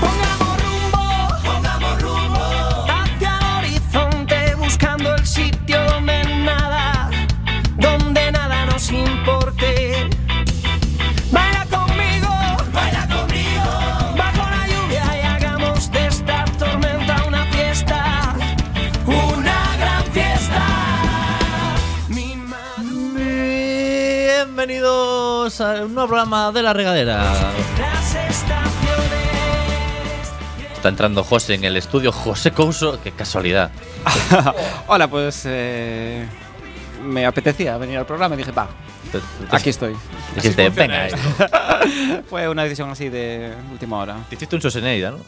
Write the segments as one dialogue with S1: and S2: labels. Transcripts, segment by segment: S1: Pongamos rumbo, pongamos rumbo hacia el horizonte buscando el sitio donde nada, donde nada nos importe. Baila conmigo, baila conmigo bajo la lluvia y hagamos de esta tormenta una fiesta, una gran fiesta. Mi
S2: Bienvenidos a un nuevo programa de La Regadera.
S1: las estaciones.
S2: Está entrando José en el estudio. José Couso, qué casualidad.
S3: Hola, pues eh, me apetecía venir al programa y dije, va,
S2: Te- te-
S3: aquí estoy.
S2: Dijiste, venga, esto.
S3: Fue una decisión así de última hora.
S2: ¿eh? Te hiciste un Soseneida, ¿no? un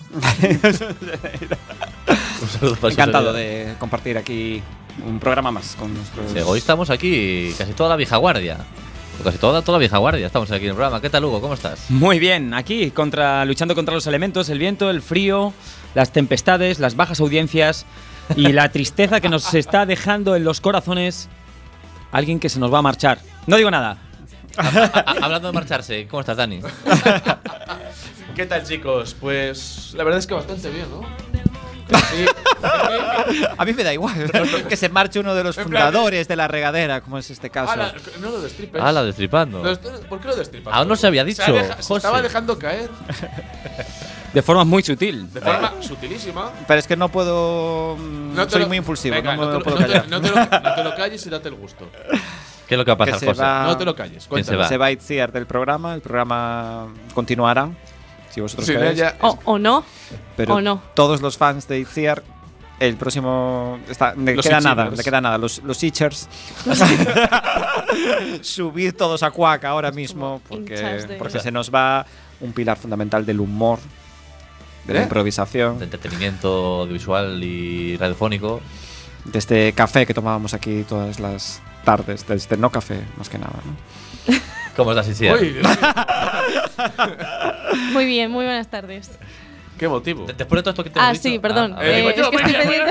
S2: saludo para
S3: Encantado
S2: Soseneida.
S3: de compartir aquí un programa más con nuestros...
S2: Sí, hoy estamos aquí, casi toda la vieja guardia. O Casi toda, toda la vieja guardia. Estamos aquí en el programa. ¿Qué tal, Hugo? ¿Cómo estás?
S4: Muy bien, aquí contra, luchando contra los elementos, el viento, el frío, las tempestades, las bajas audiencias y la tristeza que nos está dejando en los corazones alguien que se nos va a marchar. No digo nada.
S2: A- hablando de marcharse, ¿cómo estás, Dani?
S5: ¿Qué tal, chicos? Pues la verdad es que bastante bien, ¿no?
S3: A mí me da igual que se marche uno de los fundadores de La Regadera, como es este caso.
S5: Ala, Ah, no lo destripes.
S2: Ah, la destripando.
S5: Lo destri- ¿Por qué lo destripas?
S2: Aún no se había dicho,
S5: Se, aleja- se
S2: José.
S5: estaba dejando caer
S4: De forma muy sutil.
S5: de forma sutilísima.
S3: Pero es que no puedo... mm,
S5: No te
S3: soy
S5: lo-
S3: muy impulsivo,
S5: Venga,
S3: no me
S5: te
S3: puedo
S5: no te-
S3: callar.
S5: no te lo- no te lo calles y date el gusto.
S2: ¿Qué es lo que va a
S3: Que
S2: pasar,
S3: se
S2: José?
S3: va-
S5: No te lo calles.
S2: ¿Quién se
S5: cuéntalo.
S2: va?
S3: Se va a Itziar del programa, el programa continuará, si vosotros
S5: Sí,
S3: queréis.
S5: ya-
S6: O, o no.
S3: pero
S6: ¿O no?
S3: todos los fans de Itziar el próximo está, le
S5: Los
S3: queda
S5: Itchers.
S3: nada le queda nada los los Itchers subir todos a Quack ahora mismo
S6: hinchas de-
S3: porque, porque se nos va un pilar fundamental del humor de la
S5: ¿Eh?
S2: De
S3: improvisación
S2: entretenimiento audiovisual y radiofónico.
S3: de este café que tomábamos aquí todas las tardes de este no café más que nada ¿no?
S2: ¿Cómo estás, Isier?
S5: Uy, Dios mío,
S6: Muy bien, muy buenas tardes.
S5: qué motivo.
S2: De- Después de todo esto que te
S6: Ah,
S2: hemos dicho-
S6: sí, perdón.
S2: Ah,
S5: Eh,
S6: Eh,
S5: digo
S6: es
S5: yo,
S6: que estoy
S5: venga,
S6: pendiente.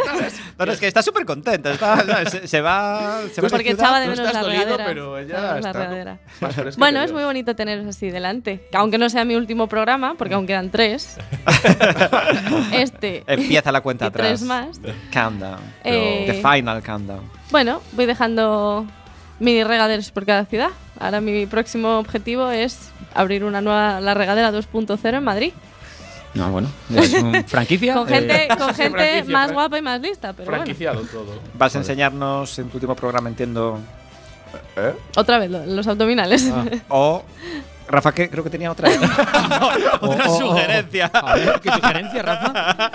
S3: No, no, es que está súper contenta está- no, se, se va se va a la
S6: Porque
S3: ciudad.
S6: echaba de
S5: Tú
S6: menos
S5: estás
S6: la
S5: dolido,
S6: regadera.
S5: pero ella
S6: Echaba de menos la
S5: está-
S6: regadera.
S5: Más fresca
S6: Bueno,
S5: que
S6: es
S5: Dios.
S6: muy bonito teneros así delante. Que Aunque no sea mi último programa, porque aún quedan tres.
S5: Eh,
S6: este.
S3: empieza la cuenta
S6: Y
S3: atrás
S6: tres más.
S3: countdown
S6: Eh,
S3: the final countdown
S6: Bueno, voy dejando mini regaderos por cada ciudad. Ahora mi próximo objetivo es abrir una nueva La Regadera 2.0 en Madrid.
S4: No, bueno. Es un- franquicia.
S6: Con
S4: eh,
S6: gente, con gente
S5: franquicia,
S6: más
S5: fran-
S6: guapa y más lista, pero bueno.
S5: Franquiciado todo.
S3: Vas a enseñarnos en tu último programa, entiendo.
S6: Otra vez, lo- los abdominales.
S5: Ah.
S3: O. Rafa, que creo que tenía otra.
S2: Otra
S3: oh,
S2: sugerencia.
S4: a ver, ¿Qué sugerencia, Rafa?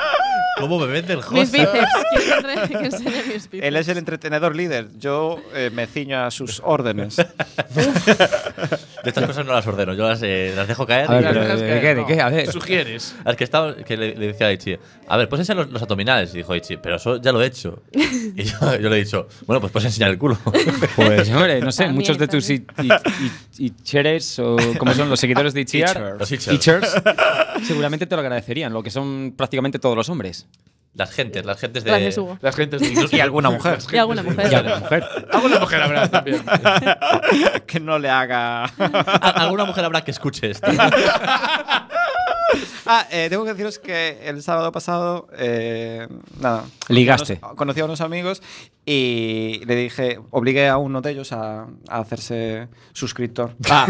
S2: ¿Cómo me vende el
S6: Mis
S2: José?
S6: bíceps. Quiero que- que enseñe mis bíceps.
S3: Él es el entretenedor líder. Yo eh, me ciño a sus órdenes.
S2: De estas cosas no las ordeno, yo las, eh, las dejo caer.
S4: A ver,
S2: y-
S4: pero-
S5: Las-
S4: ¿de qué, de qué? A ver.
S5: Sugieres.
S2: Las que estaba, que le, le decía a Ichi, a ver, pues enseñar los, los abdominales. Y dijo Ichi, pero eso ya lo he hecho. Y yo, yo le he dicho, bueno, pues puedes enseñar el culo.
S4: Pues, hombre, no sé,
S6: También,
S4: muchos de tus
S6: también.
S4: itcheres o como son los seguidores de itchear,
S2: Los itchers.
S4: itchers, seguramente te lo agradecerían, lo que son prácticamente todos los hombres.
S2: las gentes, las gentes de.
S6: Gracias, Hugo.
S5: Las gentes de
S3: y alguna mujer.
S6: Y alguna mujer.
S4: Y alguna mujer.
S5: Alguna mujer habrá también.
S3: que no le haga.
S2: A- Alguna mujer habrá que escuche esto.
S3: ah, eh, tengo que deciros que el sábado pasado. eh, nada.
S4: Ligaste.
S3: Nos- conocí a unos amigos y le dije. Obligué a uno de ellos a, a hacerse suscriptor.
S2: Ah,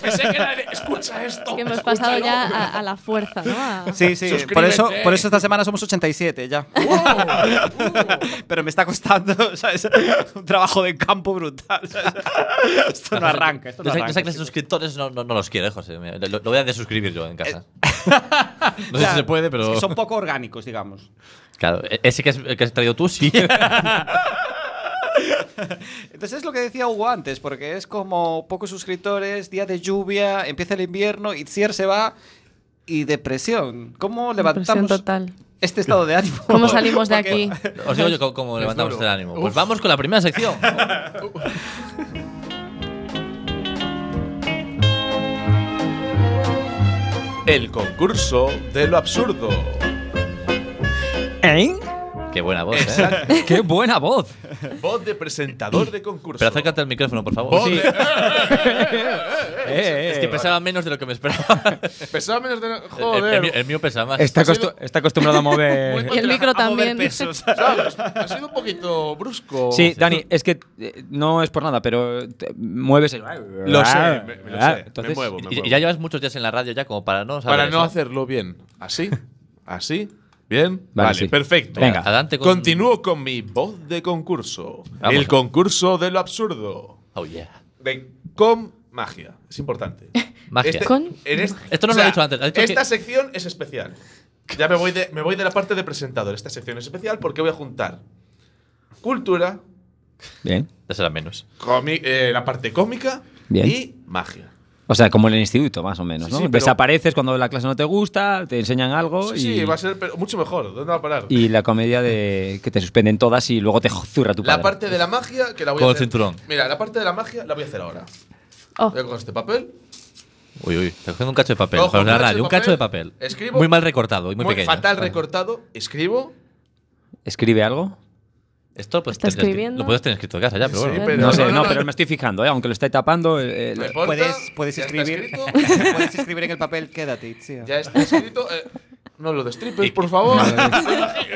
S5: Pensé que era de, escucha esto.
S6: que hemos pasado
S5: escúchalo".
S6: ya a, a la fuerza, ¿no? A-
S3: Sí, sí. Por
S5: Suscríbete.
S3: eso, por eso esta semana somos 87 ya. Pero me está costando, ¿sabes? Un trabajo de campo brutal. ¿sabes? Esto no arranca. Esto no
S2: Esa, esa
S3: arranca.
S2: clase de suscriptores no, no, no los quiere, José. Mira, Lo, lo voy a desuscribir yo en casa.
S5: Eh.
S2: No sé si se puede,
S3: Es
S2: pero.
S3: que son poco orgánicos, digamos.
S2: Claro, e- ese que has, el que has traído tú, sí.
S3: Entonces es lo que decía Hugo antes, porque es como pocos suscriptores, día de lluvia, empieza el invierno, Itziar se va y depresión. ¿Cómo
S6: Depresión
S3: levantamos
S6: total.
S3: este estado de ánimo?
S6: ¿Cómo salimos de
S3: Porque-
S6: aquí?
S2: Os digo yo cómo, cómo
S5: Es
S2: levantamos
S5: duro.
S2: el ánimo.
S5: Uf.
S2: Pues vamos con la primera sección.
S5: el concurso de lo absurdo.
S4: ¿Eh?
S2: Qué buena voz, ¿eh?
S5: Exacto.
S4: ¡Qué buena voz!
S5: Voz de presentador de concurso.
S2: Pero acércate al micrófono, por favor.
S5: Voz de-
S4: Eh,
S2: Es
S4: eh,
S2: que pesaba menos de lo que me esperaba.
S5: Pesaba menos de.
S2: El- el,
S5: Joder.
S2: mío, el mío pesa más.
S4: eh. Está, acostu- está acostumbrado a
S5: Muy
S4: mover.
S6: Y el micro
S5: A mover
S6: también.
S5: pesos. ¿Sabes? Ha sido un poquito brusco.
S4: Sí, Dani, es que eh, no es por nada, pero te- mueves el.
S5: Lo sé, me, me lo
S4: Ah,
S5: sé.
S4: entonces-
S5: me muevo, me
S2: Y,
S5: muevo.
S2: y ya llevas muchos días en la radio ya como para no saber
S5: Para no
S2: eso.
S5: hacerlo bien. Así. Así. Bien. Vale,
S4: Vale, sí.
S5: perfecto.
S4: Venga.
S2: Adelante con...
S5: Continúo con mi voz de concurso.
S2: Vamos.
S5: El concurso de lo absurdo.
S2: Oh, yeah.
S5: De con magia. Es importante.
S2: Magia.
S5: Este-
S6: Con
S5: en este-
S2: Esto no
S5: o
S2: lo ha
S5: sea,
S2: dicho antes, ha dicho
S5: esta
S2: que-
S5: sección es especial. Ya me voy, de, me voy de la parte de presentador. Esta sección es especial porque voy a juntar cultura,
S4: Bien.
S2: Ya será menos.
S5: comi- eh, la parte cómica
S4: Bien.
S5: y magia.
S4: O sea, como en el instituto, más o menos,
S5: Sí,
S4: ¿no?
S5: sí, pero-
S4: Desapareces cuando la clase no te gusta, te enseñan algo
S5: Sí,
S2: Oh,
S4: y,
S5: sí, va a ser pero mucho mejor. ¿Dónde va a parar?
S4: y la comedia de que te suspenden todas y luego te zurra tu padre.
S5: La parte de la magia que la voy
S2: Con
S5: a
S2: el
S5: hacer.
S2: cinturón.
S5: Mira, la parte de la magia la voy a hacer ahora.
S6: Oh,
S5: Voy a coger este papel.
S2: Uy, uy. Está cogiendo un cacho de papel.
S5: Cojo
S2: para
S5: un
S2: la
S5: cacho de
S2: radio, un
S5: papel,
S2: cacho de papel.
S5: escribo-
S2: muy mal recortado y muy,
S5: Muy
S2: pequeño.
S5: fatal
S2: Vale.
S5: recortado. Escribo.
S4: ¿Escribe algo?
S2: Esto pues
S6: Está
S2: tendrías que-
S6: escribiendo.
S2: Lo puedes tener escrito en casa ya, Ah, pero
S5: Sí,
S2: bueno.
S5: pero-
S4: no sé,
S5: no,
S4: no,
S5: no,
S4: pero
S5: no. Pues,
S4: me estoy fijando, ¿eh? aunque lo esté tapando. eh,
S5: no
S4: eh,
S5: importa,
S3: Puedes, puedes
S5: ya está
S3: escribir.
S5: escrito.
S3: puedes escribir en el papel, quédate, tío.
S5: Ya está escrito. eh, no lo destripes, por favor.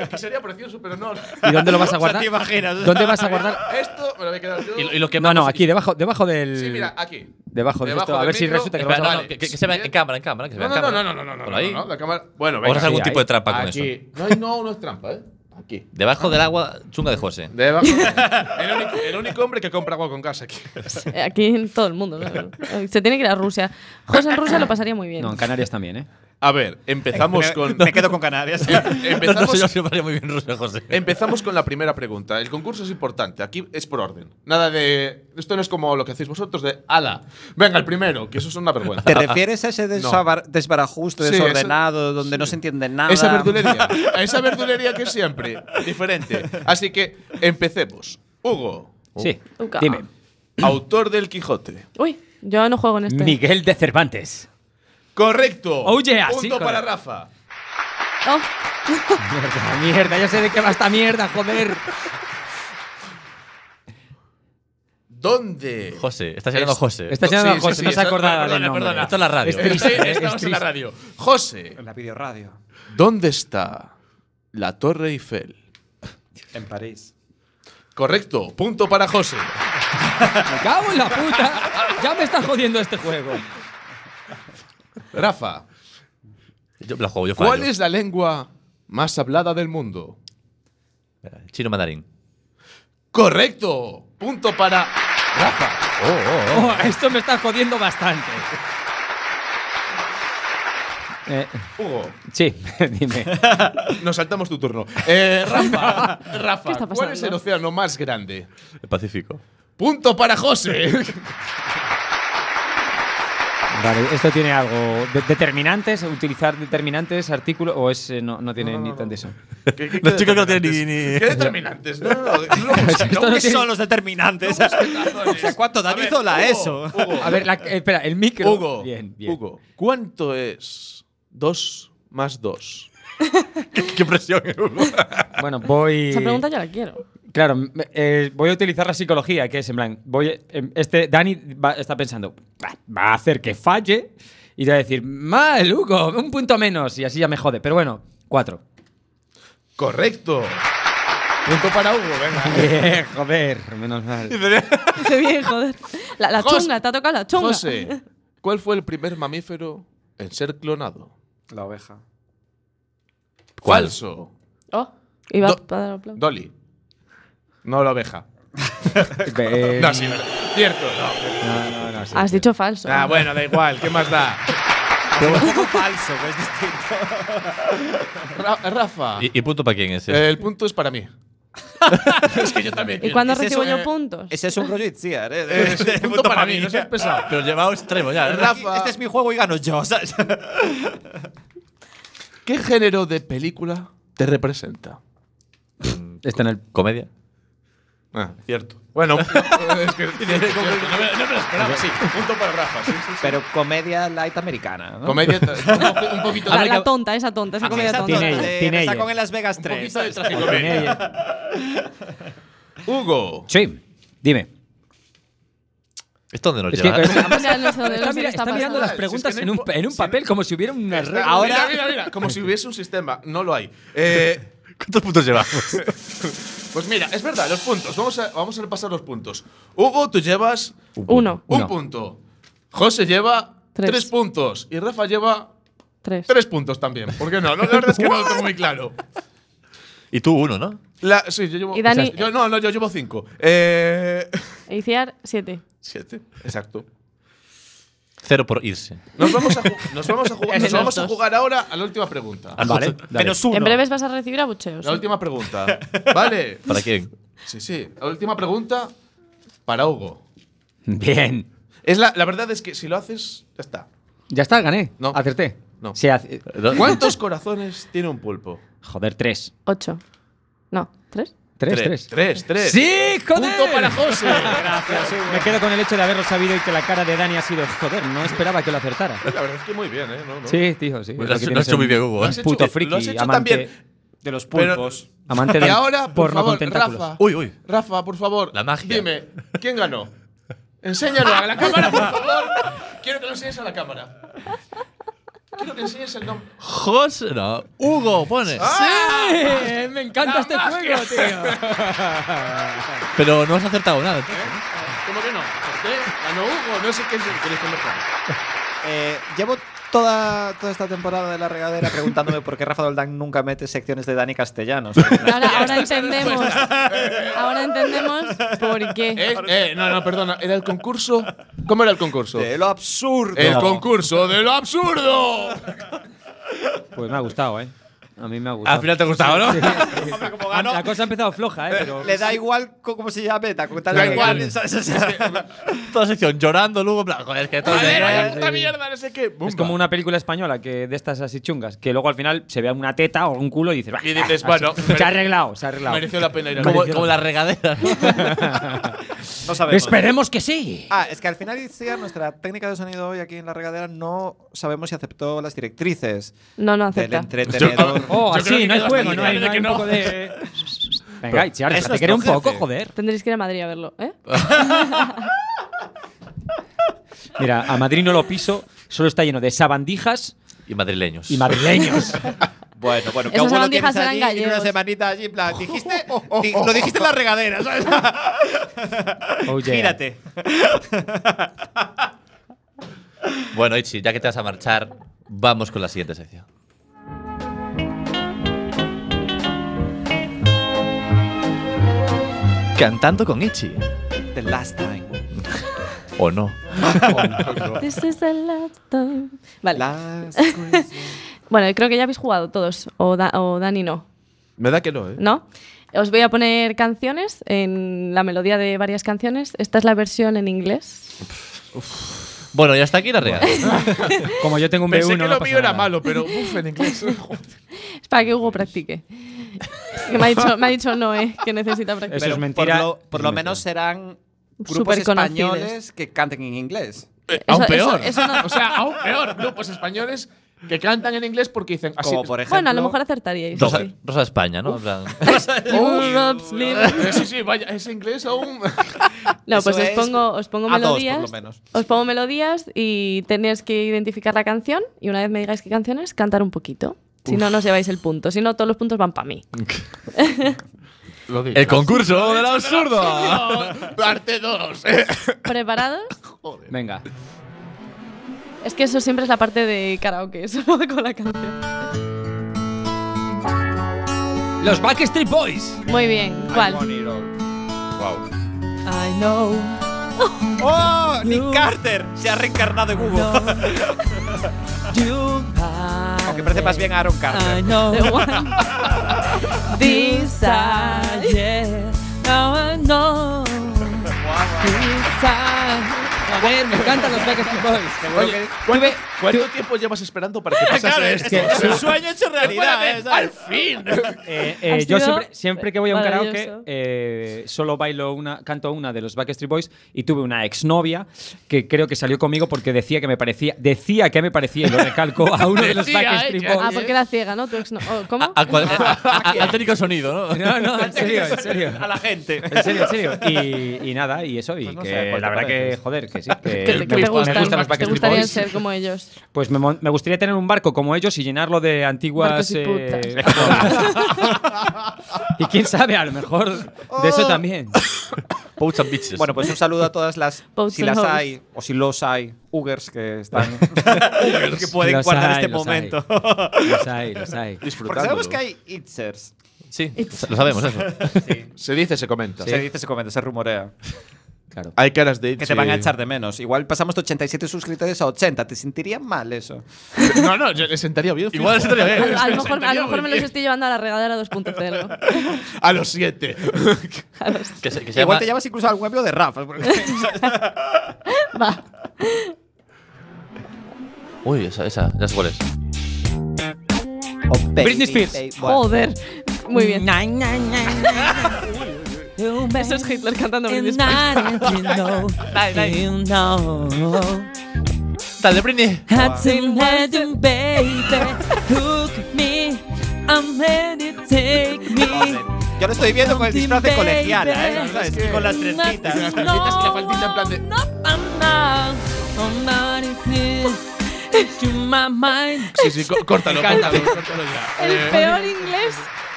S5: Que sería precioso, pero no.
S4: ¿Y dónde lo vas a
S3: O sea,
S4: guardar?
S3: te imaginas.
S4: ¿Dónde vas a guardar?
S5: Esto me lo voy a quedar yo.
S2: Y lo, y lo que
S4: No,
S2: más-
S4: no, aquí, debajo, debajo del.
S5: Sí, mira, aquí.
S4: Debajo de
S5: Debajo
S4: esto, a
S5: del
S4: ver si
S5: micro.
S4: resulta que lo vas a
S2: Espera, no,
S4: guardar.
S2: no, que, que se vea en cámara, en cámara. Que se vea
S5: No,
S2: en
S5: no, no,
S2: cámara.
S5: no, no, no, no,
S2: Por
S5: no,
S2: ahí.
S5: no, la cámara. Bueno,
S2: Vamos a
S5: venga.
S2: hacer algún
S4: Sí,
S2: tipo de trampa con eso.
S5: Aquí. No hay no, no es trampa, ¿eh? Aquí.
S2: Debajo del agua, chunga de José.
S5: Debajo. el, único, el único hombre que compra agua con gas aquí.
S6: eh, aquí en todo el mundo. ¿no? Eh, Se tiene que ir a Rusia. José en Rusia lo pasaría muy bien.
S4: No, en Canarias también, ¿eh?
S5: A ver, empezamos
S3: me,
S5: con.
S3: me quedo con Canarias.
S2: No, no sé
S5: Empezamos,
S2: yo
S5: Eh,
S2: si me muy bien Rusia, José.
S5: empezamos con la primera pregunta. El concurso es importante. Aquí es por orden. Nada de. Esto no es como lo que hacéis vosotros de. ¡Ala! Venga, el primero, que eso es una vergüenza.
S3: ¿Te refieres a ese
S5: No.
S3: desaba- desbarajuste,
S5: Sí,
S3: desordenado, donde no se entiende nada?
S5: Esa verdulería. A esa verdulería que siempre. Diferente. Así que empecemos. Hugo,
S4: Sí.
S6: Uca.
S4: Dime.
S5: autor del Quijote.
S6: Uy, yo no juego en este.
S4: Miguel de Cervantes.
S5: Correcto.
S4: Oh, yeah, sí,
S5: Punto para
S4: correcto.
S5: Rafa.
S4: Mierda,
S6: Oh,
S4: mierda, ya sé de qué va esta mierda, joder.
S5: Eh, ¿Dónde?
S2: José, estás llegando
S5: Es-
S2: José.
S4: Está
S5: Sí,
S4: llamando
S5: sí,
S4: José,
S5: sí,
S4: no se
S5: está-
S4: acordaba
S5: perdona,
S4: del nombre.
S5: perdona. Este
S4: Esto es la radio.
S2: Es triste,
S4: Es
S5: Estamos en la
S4: triste.
S5: radio. José,
S3: En la videoradio.
S5: ¿dónde está la Torre Eiffel?
S3: En París.
S5: Correcto. Punto para José.
S4: Me cago en la puta. Ya me está jodiendo este juego.
S5: Rafa,
S2: Yo la juego, yo fallo.
S5: ¿cuál es la lengua más hablada del mundo?
S2: Chino mandarín.
S5: Correcto. Punto para Rafa.
S2: Oh, oh,
S4: Oh, esto me está jodiendo bastante. Eh,
S5: Hugo,
S4: sí, dime.
S5: nos saltamos tu turno. Eh, Rafa,
S6: ¿Qué está
S5: Rafa, ¿cuál es el
S6: pasando?
S5: océano más grande?
S2: oh. El Pacífico.
S5: Punto para José.
S4: Vale, esto tiene algo. de- ¿Determinantes? ¿Utilizar determinantes? ¿Artículo? ¿O es, eh, no, no tiene ni tanto eso?
S5: ¿Qué,
S2: Los chicos no tienen ni- ni-
S5: ¿Qué determinantes? No, no, no. no lo
S4: Esto no
S5: busques, no
S3: ¿Qué
S5: busques
S4: tiene-
S3: son los determinantes? o sea, ¿cuánto daño
S5: ver,
S3: hizo la
S5: Hugo,
S3: ESO?
S4: A ver, la- eh, espera, el micro.
S5: Hugo,
S4: Bien, bien.
S5: Hugo, ¿cuánto es 2 más 2?
S2: Qué presión, Hugo.
S4: Bueno, voy.
S6: esa pregunta yo la quiero.
S4: Claro, me- eh, voy a utilizar la psicología, que es en plan, voy, em, este Dani va- está pensando, va, va a hacer que falle y te va a decir, mal, Hugo, un punto menos, y así ya me jode. Pero bueno, cuatro.
S5: Correcto. Punto para Hugo, venga.
S4: Eh, joder, menos mal.
S6: Dice bien, joder. La, la
S5: José-
S6: chunga, te ha tocado la chunga.
S5: José, ¿cuál fue el primer mamífero en ser clonado?
S3: La oveja.
S2: ¿Cuál?
S5: Falso.
S6: Oh, iba
S5: Do-
S6: a dar aplauso.
S5: Dolly. No la oveja.
S4: Eh,
S5: No, sí, verdad. Cierto, no.
S4: no, no, no, sí,
S6: Has
S4: sí.
S6: dicho falso.
S5: Ah, bueno, da igual, ¿qué más da?
S3: Pero un poco falso, que es distinto.
S5: Ra- Rafa,
S2: ¿Y, y punto para quién es?
S5: el punto es para mí. Eh, es que yo también.
S6: ¿Y cuándo
S3: Ese es
S6: recibo
S3: un-
S6: yo
S3: eh,
S6: puntos?
S3: Ese es un rollo Itziar, ¿eh? De-
S5: Es
S3: de-
S5: el punto
S3: punto
S5: para
S3: pa'
S5: mí,
S3: mí.
S5: no pues, seas pesado.
S2: Pero llevado extremo ya. ¿eh?
S5: Rafa.
S3: Este es mi juego y gano yo, ¿sabes?
S5: ¿Qué género de película te representa?
S4: Está en el...
S2: ¿Comedia?
S5: Ah, cierto. Bueno, es que. no me lo esperaba, sí. Punto para Rafa. Sí, sí, sí.
S3: Pero comedia light americana, ¿no?
S5: Comedia. Un poquito
S6: La,
S4: Habrá
S6: la
S4: que-
S6: tonta, esa tonta, esa comedia
S3: Ah, Esa
S6: tonta.
S4: Tiene
S3: tonta
S4: ello,
S3: de-
S4: tiene
S3: está
S4: ello.
S3: con en Las Vegas
S5: Un
S3: 3.
S5: poquito de
S4: O con
S5: tragicomedia.
S4: ella.
S5: Hugo.
S4: Sí, dime.
S2: ¿Esto dónde nos
S4: Es que- eh,
S2: lleva?
S6: Ya no sé dónde- no
S4: está mira-
S6: sé qué
S4: está mirando
S6: pasando.
S4: las
S5: Si es que
S4: preguntas
S5: no
S4: en, un,
S5: impo-
S4: en un papel como si hubiera una regla.
S5: Ahora. Mira, mira, mira. Como si hubiese un sistema. No lo hay. Eh.
S2: ¿Cuántos puntos llevamos?
S5: Pues mira, es verdad, los puntos. Vamos a, vamos a repasar los puntos. Hugo, tú llevas
S6: Uno,
S5: un
S4: Uno.
S5: punto. José lleva tres.
S6: Tres.
S5: puntos. Y Rafa lleva
S6: tres.
S5: tres puntos también. ¿Por qué no? no la verdad es que no lo tengo muy claro.
S2: y tú uno, ¿no?
S5: La- sí, yo llevo.
S6: Y Dani-
S5: yo- no, no, yo llevo cinco. Eh,
S6: Iniciar, siete.
S5: siete. Exacto.
S2: Cero por irse.
S5: Nos vamos a, ju- nos vamos a jugar, nos
S6: Esos
S5: vamos a
S6: dos.
S5: jugar ahora a la última pregunta.
S4: Vale, dale.
S3: Menos uno.
S6: En breves vas a recibir abucheos.
S5: La última pregunta. ¿Vale?
S2: ¿Para quién?
S5: Sí, sí. La última pregunta para Hugo.
S4: Bien.
S5: Es la, la verdad es que si lo haces, ya está.
S4: Ya está, gané.
S5: No.
S4: Acerté.
S5: No.
S4: Se hace-
S2: ¿No?
S5: ¿Cuántos corazones tiene un pulpo?
S4: Joder, tres.
S6: Ocho. No, tres.
S4: Tres,
S5: Tres,
S4: tres.
S5: tres. tres.
S4: ¡Sí, joder!
S5: Punto para José.
S4: Me quedo con el hecho de haberlo sabido y que la cara de Dani ha sido, joder, no esperaba que lo acertara.
S5: La verdad es que muy bien, ¿eh? No, no.
S4: Sí, tío, sí. Es
S2: Pues lo
S4: lo
S2: has-
S4: que
S2: lo
S4: tiene
S2: has
S4: ser
S2: hecho muy bien, Hugo,
S5: Lo
S2: ¿eh?
S5: has hecho,
S4: Puto friki,
S5: lo has hecho
S4: amante-
S5: también.
S3: de los
S5: Pero-
S3: pulpos.
S4: Amante
S5: Y
S4: del
S5: ahora, por
S4: porno
S5: favor,
S4: con tentáculos.
S5: Rafa.
S2: Uy, uy.
S5: Rafa, por favor.
S2: La magia.
S5: Dime, ¿quién ganó? Enséñalo a la cámara, por favor. Quiero que lo enseñes a la cámara. Quiero que enseñes el nombre.
S2: José. No. Hugo, pone.
S4: ¡Sí! Me encanta este juego, tío.
S2: Pero no has acertado nada. tío.
S5: ¿Cómo que no? ¿Qué? Ganó Hugo. No sé qué es. ¿Quieres conocer?
S3: Eh, llevo toda, toda esta temporada de la regadera preguntándome por qué Rafa Doldán nunca mete secciones de Dani Castellano.
S6: Ahora, ahora entendemos. Ahora entendemos por qué.
S5: Eh, eh, no, no, perdona. ¿Era el concurso? ¿Cómo era el concurso?
S3: De lo absurdo.
S5: El concurso de lo absurdo.
S4: Pues me ha gustado, ¿eh? A mí me ha gustado.
S2: Al final te ha gustado, ¿no?
S4: La cosa ha empezado floja, ¿eh? Pero
S3: Le da igual co- cómo se llame, da
S4: Da igual.
S2: Toda sección llorando, luego. en plan, Joder, es que todo.
S5: Joder, vaya
S4: sí.
S5: puta mierda, no sé qué.
S4: es como una película española que de estas así chungas, que luego al final se vea una teta o un culo y dices, "Bah,
S5: Y dices,
S4: así".
S5: bueno,
S4: se ha arreglado, se ha arreglado.
S5: Mereció la pena ir a
S2: Como,
S5: ver.
S2: como la regadera. ¿no?
S3: No sabemos.
S4: Esperemos que sí.
S3: Ah, es que al final decía nuestra técnica de sonido hoy aquí en la regadera no sabemos si aceptó las directrices
S6: No, no
S3: del
S6: acepta.
S3: entretenedor.
S4: Oh,
S5: Yo creo
S4: así,
S5: que
S4: no hay
S5: queda
S4: juego,
S5: bastante
S4: no hay,
S5: claro
S4: no hay
S5: que
S4: un
S5: no.
S4: poco de. Venga, Itziar,
S3: es
S4: déjate querer un
S3: nuestro
S4: poco,
S3: jefe.
S4: joder.
S6: Tendréis que ir a Madrid a verlo, ¿eh?
S4: Mira, a Madrid no lo piso, solo está lleno de sabandijas
S2: Y madrileños.
S4: y madrileños.
S3: Bueno, bueno,
S6: Esas
S3: bueno
S6: sabandijas
S3: tienes
S6: eran
S3: allí, en una
S6: gallegos.
S3: semanita allí, en plan, dijiste, di- lo dijiste en la regadera, ¿sabes?
S4: Oh, yeah.
S3: Gírate.
S2: Bueno, Ichi, ya que te vas a marchar, vamos con la siguiente sección. Cantando con Ichi.
S3: The last time.
S2: ¿O no?
S6: This is the last time. Vale.
S3: Last
S6: Bueno, creo que ya habéis jugado todos. O, Da- o Dani no.
S5: Me da que no, ¿eh?
S6: ¿No? Os voy a poner canciones en la melodía de varias canciones. Esta es la versión en inglés.
S2: Bueno, y hasta aquí la regadera.
S4: Como yo tengo un B1,
S5: Pensé que
S4: no
S5: lo
S4: pasa
S5: mío era
S4: nada.
S5: malo, pero uff, en inglés.
S6: Es para que Hugo practique. Que me ha dicho, me ha dicho Noé que necesita practicar.
S4: Eso es mentira.
S3: Por lo, por
S4: Eso
S3: lo
S4: es
S3: menos serán grupos
S6: Superconocidos.
S3: españoles que canten en inglés.
S6: Eso-
S5: aún
S6: eso-
S5: peor.
S6: eso no-
S5: O sea, aún peor. Grupos españoles que cantan en inglés porque dicen así.
S3: Como por ejemplo.
S6: bueno, a lo mejor acertaríais.
S2: Rosa,
S6: sí.
S2: Rosa España, ¿no? En plan-
S6: Europe's living.
S5: Eh, sí, sí, vaya, es inglés aún.
S6: No,
S3: Eso
S6: pues os
S3: es
S6: pongo, os pongo
S3: A dos, por
S6: melodías.
S3: lo menos.
S6: Os pongo melodías y tenéis que identificar la canción. Y una vez me digáis qué canción es, cantar un poquito. Si no, no os lleváis el punto. Si no, todos los puntos van para mí.
S3: Mm.
S5: Lo digo.
S2: El concurso del absurdo.
S5: Parte 2.
S6: ¿Preparados?
S4: Venga.
S6: Es que eso siempre es la parte de karaoke, solo con la canción.
S4: Los Backstreet Boys.
S6: Muy bien, ¿cuál?
S3: Wow.
S1: I know.
S3: ¡Oh! Nick Carter se ha reencarnado en Hugo.
S1: You
S3: Aunque parece más bien Aaron Carter.
S1: I know.
S6: The one. Desire.
S1: Yeah. Now I know. Desire.
S4: Joder, me encantan los Backstreet Boys.
S3: Seguro que-
S4: Tuve,
S5: ¿Cuánto tiempo llevas esperando para que pasase
S2: Claro, es
S5: esto?
S4: que
S5: O sea,
S4: su
S2: sueño hecho realidad. ¡Al fin!
S4: Eh,
S6: Ha
S4: eh, yo
S6: sido
S4: siempre, siempre que voy a un karaoke
S6: maravilloso.
S4: eh, solo bailo una, canto una de los Backstreet Boys y tuve una exnovia que creo que salió conmigo porque decía que me parecía, decía que me parecía, y lo recalco, a uno de los
S2: Decía
S4: Backstreet
S2: ella.
S4: Boys.
S6: Ah, porque era ciega, ¿no? Tu ex no. oh,
S4: Ah,
S6: ¿Cómo?
S2: A, cual- a- a- a técnico sonido,
S4: No,
S2: ¿no?
S4: no, en serio, en serio.
S3: A la gente.
S4: En serio, en serio. Y, y nada, y eso, y
S5: Pues no
S4: que
S5: sé, ¿cuál te
S4: la verdad que,
S5: pareces?
S4: joder, que sí.
S6: Que
S4: Que
S6: te, que te
S4: eh, me gustan
S6: gustan,
S4: los
S6: te
S4: Backstreet
S6: gustaría
S4: Boys.
S6: ser como ellos.
S4: Pues me, mon- me gustaría tener un barco como ellos y llenarlo de antiguas.
S6: Barcos y putas.
S4: y quién sabe, a lo mejor de eso también.
S2: Pouch and bitches.
S3: Bueno, pues un saludo a todas las.
S6: Boats
S3: si
S6: and
S3: las
S6: hoes.
S3: hay, o si los hay, Ugers que están. que pueden
S4: Los
S3: guardar
S4: hay,
S3: este
S4: los hay.
S3: momento.
S4: Los hay, los hay.
S3: Porque sabemos que hay Itzers.
S2: sí, lo sabemos eso.
S5: Se dice, se comenta.
S3: Se dice, se comenta, se rumorea.
S4: Claro.
S5: Hay caras de
S3: Que
S5: sí.
S3: te van a echar de menos. Igual pasamos de 87 suscriptores a 80. ¿Te sentiría mal eso?
S5: No, no, yo le sentaría bien. fijo.
S2: Igual se te
S6: A,
S2: ve.
S6: a lo mejor, a lo mejor me los estoy llevando a la regadera 2.0.
S5: A los siete.
S2: Que se, que se
S3: Igual
S2: llama-
S3: te llamas incluso al huevo de Rafa. porque-
S6: Va.
S2: Uy, esa, esa, ya sé cuál es.
S4: Oh, Britney Spears.
S6: Joder. Muy bien. Eso es Hitler cantando Britney Spears.
S2: Dale, Britney.
S3: Yo lo estoy viendo con el disfraz de colegiala, ¿eh? ¿Sabes? Con las trencitas.
S5: Las calcetas y la faldita en plan de. Sí, sí, có- córtalo, córtalo, córtalo ya.
S6: El
S5: Eh,
S6: peor inglés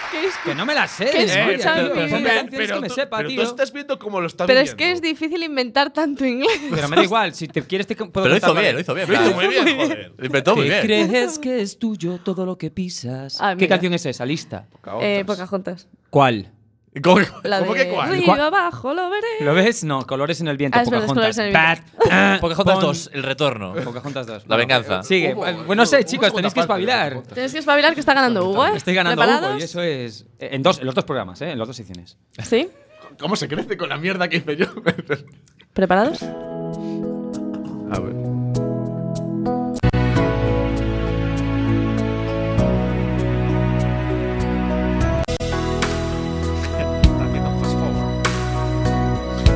S6: que he
S4: Que
S6: escuchado.
S4: no me la sé.
S6: Que
S4: de memoria,
S6: escucha
S4: tío,
S6: mi-
S4: pero ponme
S6: Pero-
S4: canciones que me
S5: tú-
S4: sepa,
S5: pero
S4: tío.
S5: tú estás viendo cómo lo está
S6: Pero es
S5: viviendo.
S6: que es difícil inventar tanto inglés.
S4: Pero me da igual, si te quieres te puedo
S2: Pero lo hizo
S4: cantar,
S2: bien, lo
S4: ¿vale?
S2: hizo bien.
S5: Lo hizo
S2: claro.
S5: muy bien, joder.
S2: Lo inventó muy
S4: ¿Te
S2: bien.
S4: crees que es tuyo todo lo que pisas?
S6: Ah,
S4: ¿Qué
S6: mira.
S4: canción es esa? ¿Lista?
S6: Eh, Pocahontas.
S4: ¿Cuál?
S2: ¿Cómo,
S6: La
S2: cómo
S6: de
S2: que cuál?
S4: ¿Cuál?
S6: Arriba, abajo, lo veré.
S4: ¿Lo ves? No, Colores en el Viento,
S6: Ah, es verdad, es
S4: Pocahontas.
S6: Colores
S4: Pat, ah,
S2: Pocahontas
S4: pon-
S2: 2, el retorno.
S4: Pocahontas 2.
S2: La venganza.
S4: Sigue.
S5: Hubo-
S4: Bueno, no sé,
S5: hubo
S4: chicos,
S5: segunda
S4: tenéis que
S5: parte de
S4: espabilar.
S5: Pocahontas.
S6: Tienes que espabilar que está ganando Hugo, ¿eh?
S4: Estoy ganando
S6: ¿Preparados?
S4: Hugo y eso es. En, dos, en los dos programas, ¿eh? En las dos secciones.
S6: ¿Sí?
S5: ¿Cómo se crece con la mierda que hice yo?
S6: ¿Preparados?
S5: A ver.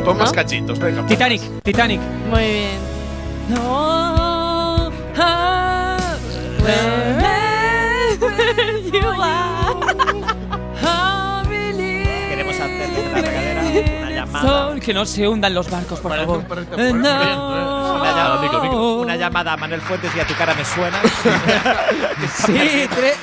S5: Pon más
S6: ¿No?
S5: cachitos, venga. pon
S4: Titanic, Titanic.
S6: Muy bien. No, ah,
S3: Queremos hacer de la regadera una llamada.
S4: Sol, que no se hundan los barcos, por
S5: Parece
S4: favor.
S5: un parece- parece un proyecto,
S3: Una llamada,
S2: Ah, micro, micro.
S3: una llamada a Manuel Fuentes y a tu cara me suena.
S4: Sí, tre-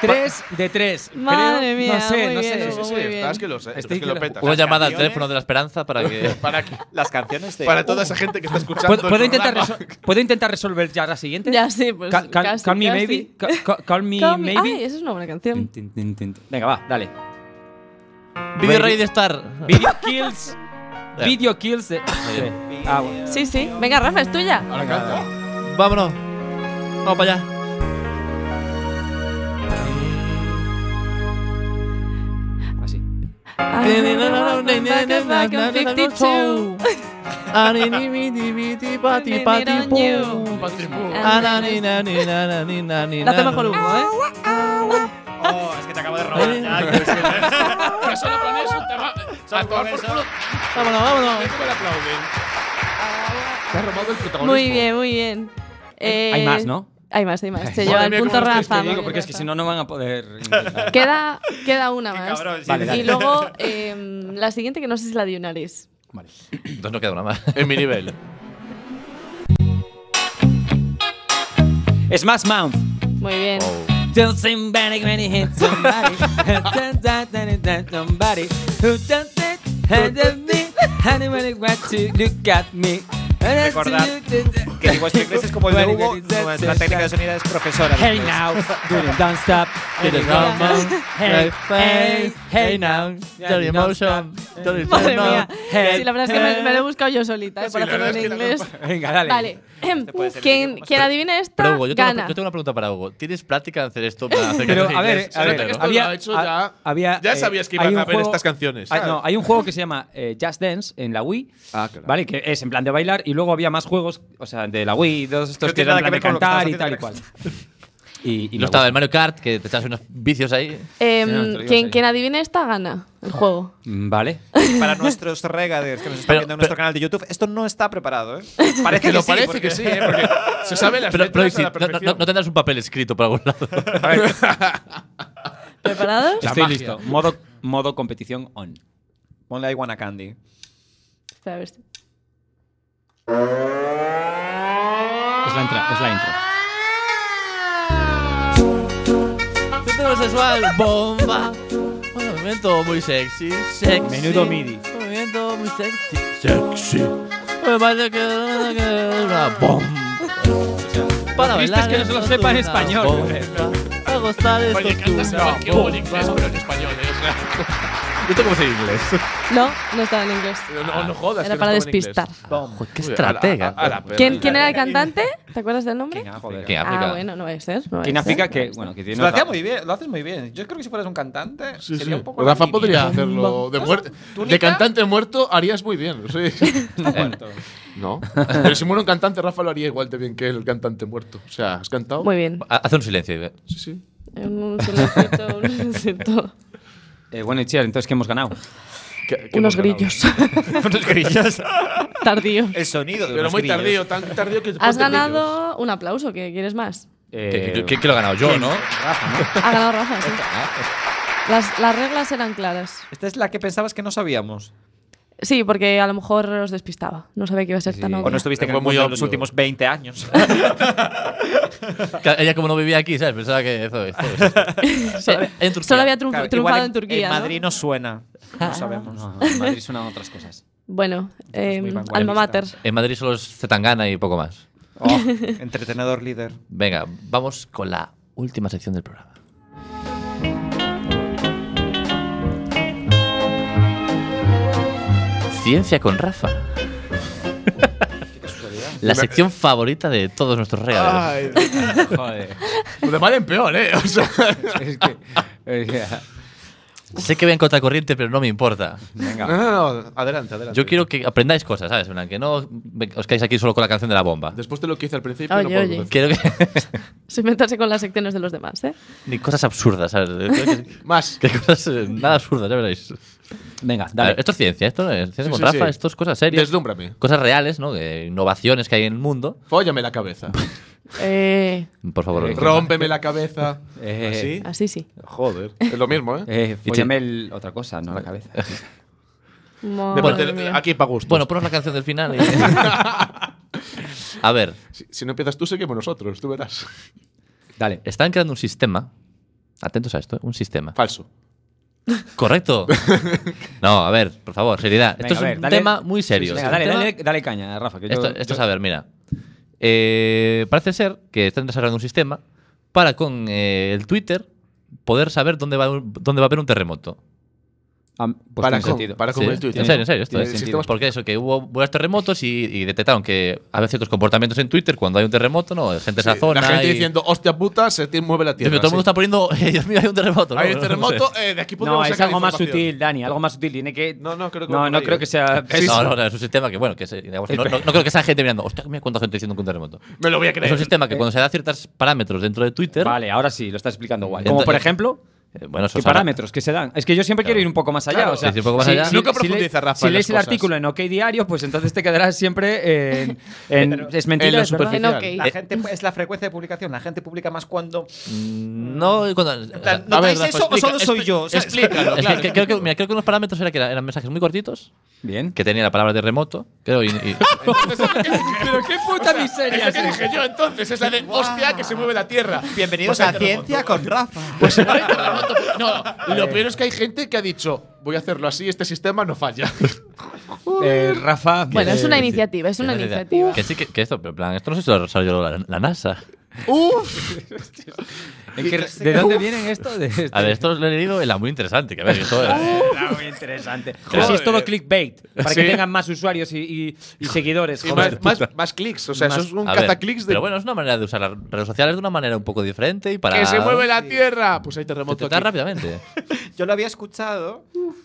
S4: tres de tres. Creo-
S6: Madre mía,
S4: No sé,
S6: muy
S4: no
S6: bien,
S4: sé.
S6: Hugo.
S5: Sí,
S6: Muy bien.
S5: estás que lo, sé, estás
S4: Estoy
S5: que
S4: que
S5: lo
S4: lo-
S5: petas.
S2: Una llamada al
S3: canciones.
S2: teléfono de la esperanza para que.
S5: Para, que-
S3: Las canciones de.
S5: para toda esa gente que está escuchando.
S4: ¿Puedo,
S5: el
S4: puedo intentar
S5: programa.
S4: resol- ¿Puedo intentar resolver ya la siguiente?
S6: Ya sí, pues.
S4: Ca- ca-
S6: casi,
S4: call me
S6: casi.
S4: maybe. ca- ca- Call me
S6: Call me- Ay,
S4: maybe.
S6: esa es una buena canción.
S4: Tin, tin, tin, tin. Venga, va, dale.
S2: Video Rey de Star.
S4: Video kills. Video kills. de- Ah, bueno.
S6: Sí, sí. Venga, Rafa, es tuya.
S5: Ahora canta.
S2: Vámonos. Vamos para allá.
S4: Así.
S6: I remember when we were Ah, back- back in 52.
S2: Ah,
S4: Ah,
S2: Ah,
S6: La hace mejor Hugo, ¿eh?
S3: Oh, es que te acabo de robar.
S2: Eh. Ah,
S3: ya, yo es que-
S5: Pero solo con eso te va a tomar por culo.
S2: Vámonos, vámonos.
S5: Ven que me la aplauden. Te has robado el protagonismo.
S6: Muy bien, muy bien. Eh,
S4: Hay más, ¿no?
S6: Hay más, hay más. Se
S5: Madre
S6: lleva el
S5: mía,
S6: punto
S5: cómo estoy,
S6: Rafa.
S4: Te digo,
S6: madre
S4: porque es que si
S6: Rafa.
S4: no, no van a poder. intentar.
S6: Queda, queda una
S3: Qué
S6: más.
S3: cabrón, sí.
S4: Vale,
S6: Y
S4: dale.
S6: luego eh, la siguiente que no sé si la dio Naris.
S4: Vale.
S2: Entonces no queda una más.
S5: En mi nivel.
S4: Smash Mouth.
S6: Muy bien.
S2: Oh.
S4: Don't somebody when you hit somebody. Don't die, don't die, somebody who don't think, and don't think, and they really want to look at me. And I
S3: Recordad
S4: see you, don't-
S3: Que vuestro inglés es como el de Hugo. Nuestra técnica de sonido es profesora. de
S4: Hey
S3: inglés.
S4: now, do it, don't stop. It is normal. Hey, hey, hey now.
S2: Dirty motion. Dirty
S6: Madre
S4: No,
S6: mía.
S4: hey,
S6: Sí, la verdad es que me, me lo he
S4: hey.
S6: buscado yo solita eh, para hacerlo en inglés.
S4: Venga, dale.
S6: Vale.
S5: Este
S3: puede ser el
S6: Quien,
S3: idioma.
S6: quien adivine
S2: Pero
S6: esta,
S2: Hugo, yo tengo, una,
S6: gana.
S2: yo tengo una pregunta para Hugo. ¿Tienes práctica de hacer esto para hacer
S4: Pero
S2: canciones
S4: a
S2: en
S4: ver,
S2: inglés?
S4: a
S5: nota
S4: ver,
S5: que esto lo
S4: había,
S5: ha hecho
S4: ha-
S5: ya-
S4: había,
S5: ya
S4: eh,
S5: sabías que
S4: hay
S5: iban
S4: un
S5: a haber
S4: juego-
S5: estas canciones.
S4: hay- no, hay un juego que se llama eh, Just Dance en la Wii,
S5: Ah, claro.
S4: ¿vale? Que es en plan de bailar y luego había más juegos, o sea, de la Wii, todos estos
S3: No
S4: que
S3: tiene
S4: eran
S3: nada
S4: en plan de
S3: que ver con lo que estás
S4: cantar y tal y
S3: haciendo
S4: cual. Y, y
S2: Y
S4: me
S2: no estaba
S4: gusta.
S2: el Mario Kart, que te echas unos vicios ahí.
S6: Em,
S5: no, te lo digo
S6: quien,
S5: en Ah.
S6: quien adivine esta gana el juego.
S4: Mm, Vale.
S3: Para nuestros regaders que nos están
S2: Pero-
S3: viendo en
S2: pero-
S3: nuestro canal de YouTube, esto no está preparado, ¿eh?
S5: Es
S3: Parece
S5: que
S3: que,
S5: lo
S3: sí,
S5: parece
S3: porque-
S5: que sí, ¿eh? Porque se sabe las
S2: Pero,
S5: letras a
S2: pero
S5: la
S2: sí, no, no-
S5: perfección.
S2: no tendrás un papel escrito por algún lado.
S6: ¿Preparados?
S4: Estoy
S5: magia.
S4: listo. Modo, modo competición on.
S3: Ponle ahí Wanna Candy.
S6: Espera, a ver si-
S4: Es la, entra- es la intro.
S2: Hetero sexual, bomba. Un movimiento muy sexy, sexy.
S4: Menudo midi.
S2: Un movimiento muy sexy, sexy. Me parece que que- una bomba. Para
S4: Lo triste es
S2: bailar
S4: que no se lo
S2: esto
S4: sepa en
S2: es una
S4: español.
S2: bomba. A gustar esto
S5: Oye,
S2: es
S5: cantas
S2: una
S5: igual que Hugo en
S2: bomba.
S5: inglés, pero en español, ¿eh? O sea,
S2: ¿Esto cómo se dice en inglés?
S6: No, no estaba en inglés.
S5: no, no jodas.
S6: Era
S5: que no estaba
S6: para
S5: en inglés.
S6: despistar.
S2: Joder, qué
S5: Uy, a la-
S2: estratega.
S5: a- a la perra.
S6: ¿Quién, ¿Quién era el cantante? ¿Te acuerdas del nombre?
S3: King África.
S2: ¿Qué
S6: Ah,
S2: África?
S6: bueno, no es ser. No
S4: Que
S6: vaya a
S4: significa
S6: ser.
S4: que, bueno, que tiene
S3: Lo,
S4: otra-
S3: hacía muy bien, lo haces muy bien. Yo creo que si fueras un cantante,
S5: Sí,
S3: sería
S5: sí.
S3: un poco. la
S5: Rafa
S3: línea.
S5: podría hacerlo de, muer-
S3: ¿Túnica?
S5: de cantante muerto, harías muy bien. Sí.
S3: Muerto.
S5: no. Pero si muere un cantante, Rafa lo haría igual de bien que el cantante muerto. O sea, has cantado.
S6: Muy bien.
S2: Ha- Hace un silencio. y ve.
S5: Sí, sí.
S6: En un silencito, un silencito.
S4: Eh, bueno, y Chiar, entonces, ¿qué hemos ganado?
S5: Que- que
S6: Unos
S5: hemos ganado.
S6: grillos.
S3: Unos grillos.
S6: Tardío.
S3: El sonido de
S5: Pero
S3: unos
S5: muy
S3: grillos.
S5: tardío, tan tardío que. después
S6: Has
S5: de grillos.
S6: ganado un aplauso, que quieres más.
S2: ¿Qué-
S4: Eh,
S2: qué- qué- qué lo he ganado? Yo, ¿no?
S6: Ha ganado Rafa, sí. Las, las reglas eran claras.
S3: Esta es la que pensabas que no sabíamos.
S6: Sí, porque a lo mejor os despistaba. No sabía que iba a ser tan
S3: O no
S6: obvio.
S3: estuviste en
S5: Fue
S3: el
S5: muy
S3: mundo en los
S5: obvio.
S3: últimos 20 años.
S2: Que Ella, como no vivía aquí, ¿sabes? Pensaba que. Eso, esto, esto.
S6: Solo,
S2: Eh, en Turquía.
S6: solo había triunf-
S3: Claro,
S6: triunfado
S3: igual
S6: en Turquía.
S3: En
S6: ¿no?
S3: Madrid no suena. No sabemos.
S4: No, en Madrid suenan otras cosas.
S6: Bueno, eh,
S3: muy vanguardista.
S6: alma mater.
S2: En Madrid solo es Zetangana y poco más.
S3: Oh, entretenedor líder.
S2: Venga, vamos con la última sección del programa. Ciencia con Rafa. La sección favorita de todos nuestros regalos.
S5: Ay,
S4: Joder.
S5: Ah, de mal en peor, ¿eh? O sea,
S4: es que. eh, ya.
S2: Sé que voy en contracorriente, pero no me importa.
S5: no, no, no, adelante, adelante.
S2: Yo quiero que aprendáis cosas, ¿sabes? En plan, Que no os quedáis aquí solo con la canción de la bomba.
S5: Después de lo que hice al principio,
S6: Oye,
S5: no puedo
S6: oye.
S5: decir.
S2: Quiero que.
S6: Se meterse con las secciones de los demás, ¿eh?
S2: Ni cosas absurdas, ¿sabes? Quiero que-
S5: Más.
S2: que cosas eh, nada absurdas, ya veréis.
S4: Venga,
S2: A
S4: dale.
S2: ver, esto es ciencia, esto es ciencia
S5: Sí,
S2: con
S5: sí,
S2: Rafa,
S5: sí.
S2: esto es cosas serias.
S5: Deslúmbrame.
S2: Cosas reales, ¿no? De innovaciones que hay en el mundo.
S5: Fóllame la cabeza.
S6: Eh,
S2: Por favor,
S4: Eh,
S5: Rómpeme la cabeza.
S4: Eh,
S6: así sí.
S5: Joder. Es lo mismo, ¿eh?
S4: Eh, fóllame el- otra cosa, no la cabeza.
S6: Madre
S5: Depende,
S6: mía.
S5: aquí para gusto.
S2: Bueno, ponos la canción del final. y- A ver,
S5: si, si no empiezas tú, seguimos nosotros, tú verás.
S4: Dale.
S2: están creando un sistema. Atentos a esto, ¿eh? un sistema.
S5: Falso.
S4: Pues
S2: Correcto. No, a ver, por favor, seriedad.
S4: Venga,
S2: esto es
S4: a ver,
S2: un
S4: dale-
S2: tema muy serio.
S4: Venga,
S2: Esto es
S4: dale,
S2: un tema-
S4: dale, dale caña, Rafa. Que yo,
S2: Esto, esto
S4: yo-
S2: es a ver, mira. Eh, parece ser que están desarrollando un sistema para con eh, el Twitter poder saber dónde va, un- dónde va a haber un terremoto.
S4: Ah, pues
S5: para
S4: tiene
S5: con,
S4: sentido.
S5: para con
S2: Sí,
S5: el Twitter.
S2: En serio, en serio. Esto
S5: Tiene
S2: es.
S5: sentido.
S2: Porque eso, que hubo varios terremotos y, y detectaron que había ciertos comportamientos en Twitter cuando hay un terremoto, ¿no? Gente se
S5: Sí,
S2: azona.
S5: la gente
S2: y-
S5: diciendo, hostia puta, se te mueve la
S2: Dios
S5: tierra.
S2: mío, todo el mundo
S5: sí.
S2: está poniendo. "Eh, Dios mío, hay un terremoto. ¿no?
S5: Hay un
S2: No sé.
S5: terremoto, eh, de aquí podemos
S4: No, es
S5: sacar
S4: algo más
S5: información.
S4: sutil, Dani, algo más sutil. Tiene que.
S5: No, no, creo que
S4: No,
S5: va
S4: no
S5: por ahí,
S4: creo
S5: ¿eh?
S4: que sea.
S5: Sí,
S2: No, no, no, es un sistema que, bueno, que se- digamos, no, no- no creo que sea gente mirando, hostia, mira cuánta gente diciendo que un terremoto.
S5: Me lo voy a
S2: Es un
S5: creer.
S2: sistema que cuando se da ciertos parámetros dentro de Twitter.
S4: Vale, ahora sí, lo estás explicando guay.
S2: Entonces-
S4: Como por ejemplo,
S2: eh, bueno, eso
S4: ¿qué
S2: sabrá-
S4: parámetros que se dan? Es que yo siempre quiero ir un poco más allá.
S5: Claro,
S4: o sea,
S2: sí, sí, un poco más allá.
S5: Nunca
S4: le-
S5: profundiza, Rafa,
S4: Si
S5: en
S4: lees
S5: las
S4: el
S5: cosas.
S4: artículo en OK Diario, pues entonces te quedarás siempre en. en- es mentira,
S5: en lo
S4: es verdad.
S5: superficial.
S6: En OK.
S3: La
S2: Eh,
S3: gente pues, es la frecuencia de publicación. La gente publica más cuando.
S2: No, y cuando. o sea,
S3: ¿No
S5: a ver,
S3: traes
S5: Rafa,
S3: eso o
S5: explica,
S3: solo soy
S5: expli-
S3: yo? ¿Sabes?
S5: Explícalo,
S2: es que
S5: claro.
S2: creo, que, mira, creo que unos parámetros era que eran, eran mensajes muy cortitos,
S4: Bien.
S2: que tenía la palabra terremoto, creo, y- y-
S4: Pero qué puta miseria.
S5: ¿Qué dije yo entonces? Esa de hostia que se mueve la tierra.
S3: Bienvenidos
S5: Pues hay
S3: a Ciencia con Rafa.
S5: Pues igual hay terremoto. No, lo peor es que hay gente que ha dicho, voy a hacerlo así, este sistema no falla.
S4: Eh, Rafa.
S6: Bueno, es una
S4: eh,
S6: iniciativa, es una iniciativa.
S2: Que sí, que, que esto, pero en plan, esto no sé si lo desarrolló la, la NASA.
S4: ¿en qué- ¿De dónde vienen esto? De este-
S2: A ver, esto lo he leído en la muy interesante, que a ver, esto eh,
S4: Era muy interesante. Así es todo clickbait, para que
S5: Sí.
S4: tengan más usuarios y, y- y seguidores.
S5: Y
S4: joder.
S5: más, más, más clics, o sea, eso es un
S2: a ver,
S5: cazaclics de
S2: Pero bueno, es una manera de usar las redes sociales de una manera un poco diferente y para.
S5: que se mueve la tierra. Pues hay terremoto
S2: detectar
S5: aquí.
S2: rápidamente.
S3: Yo lo había escuchado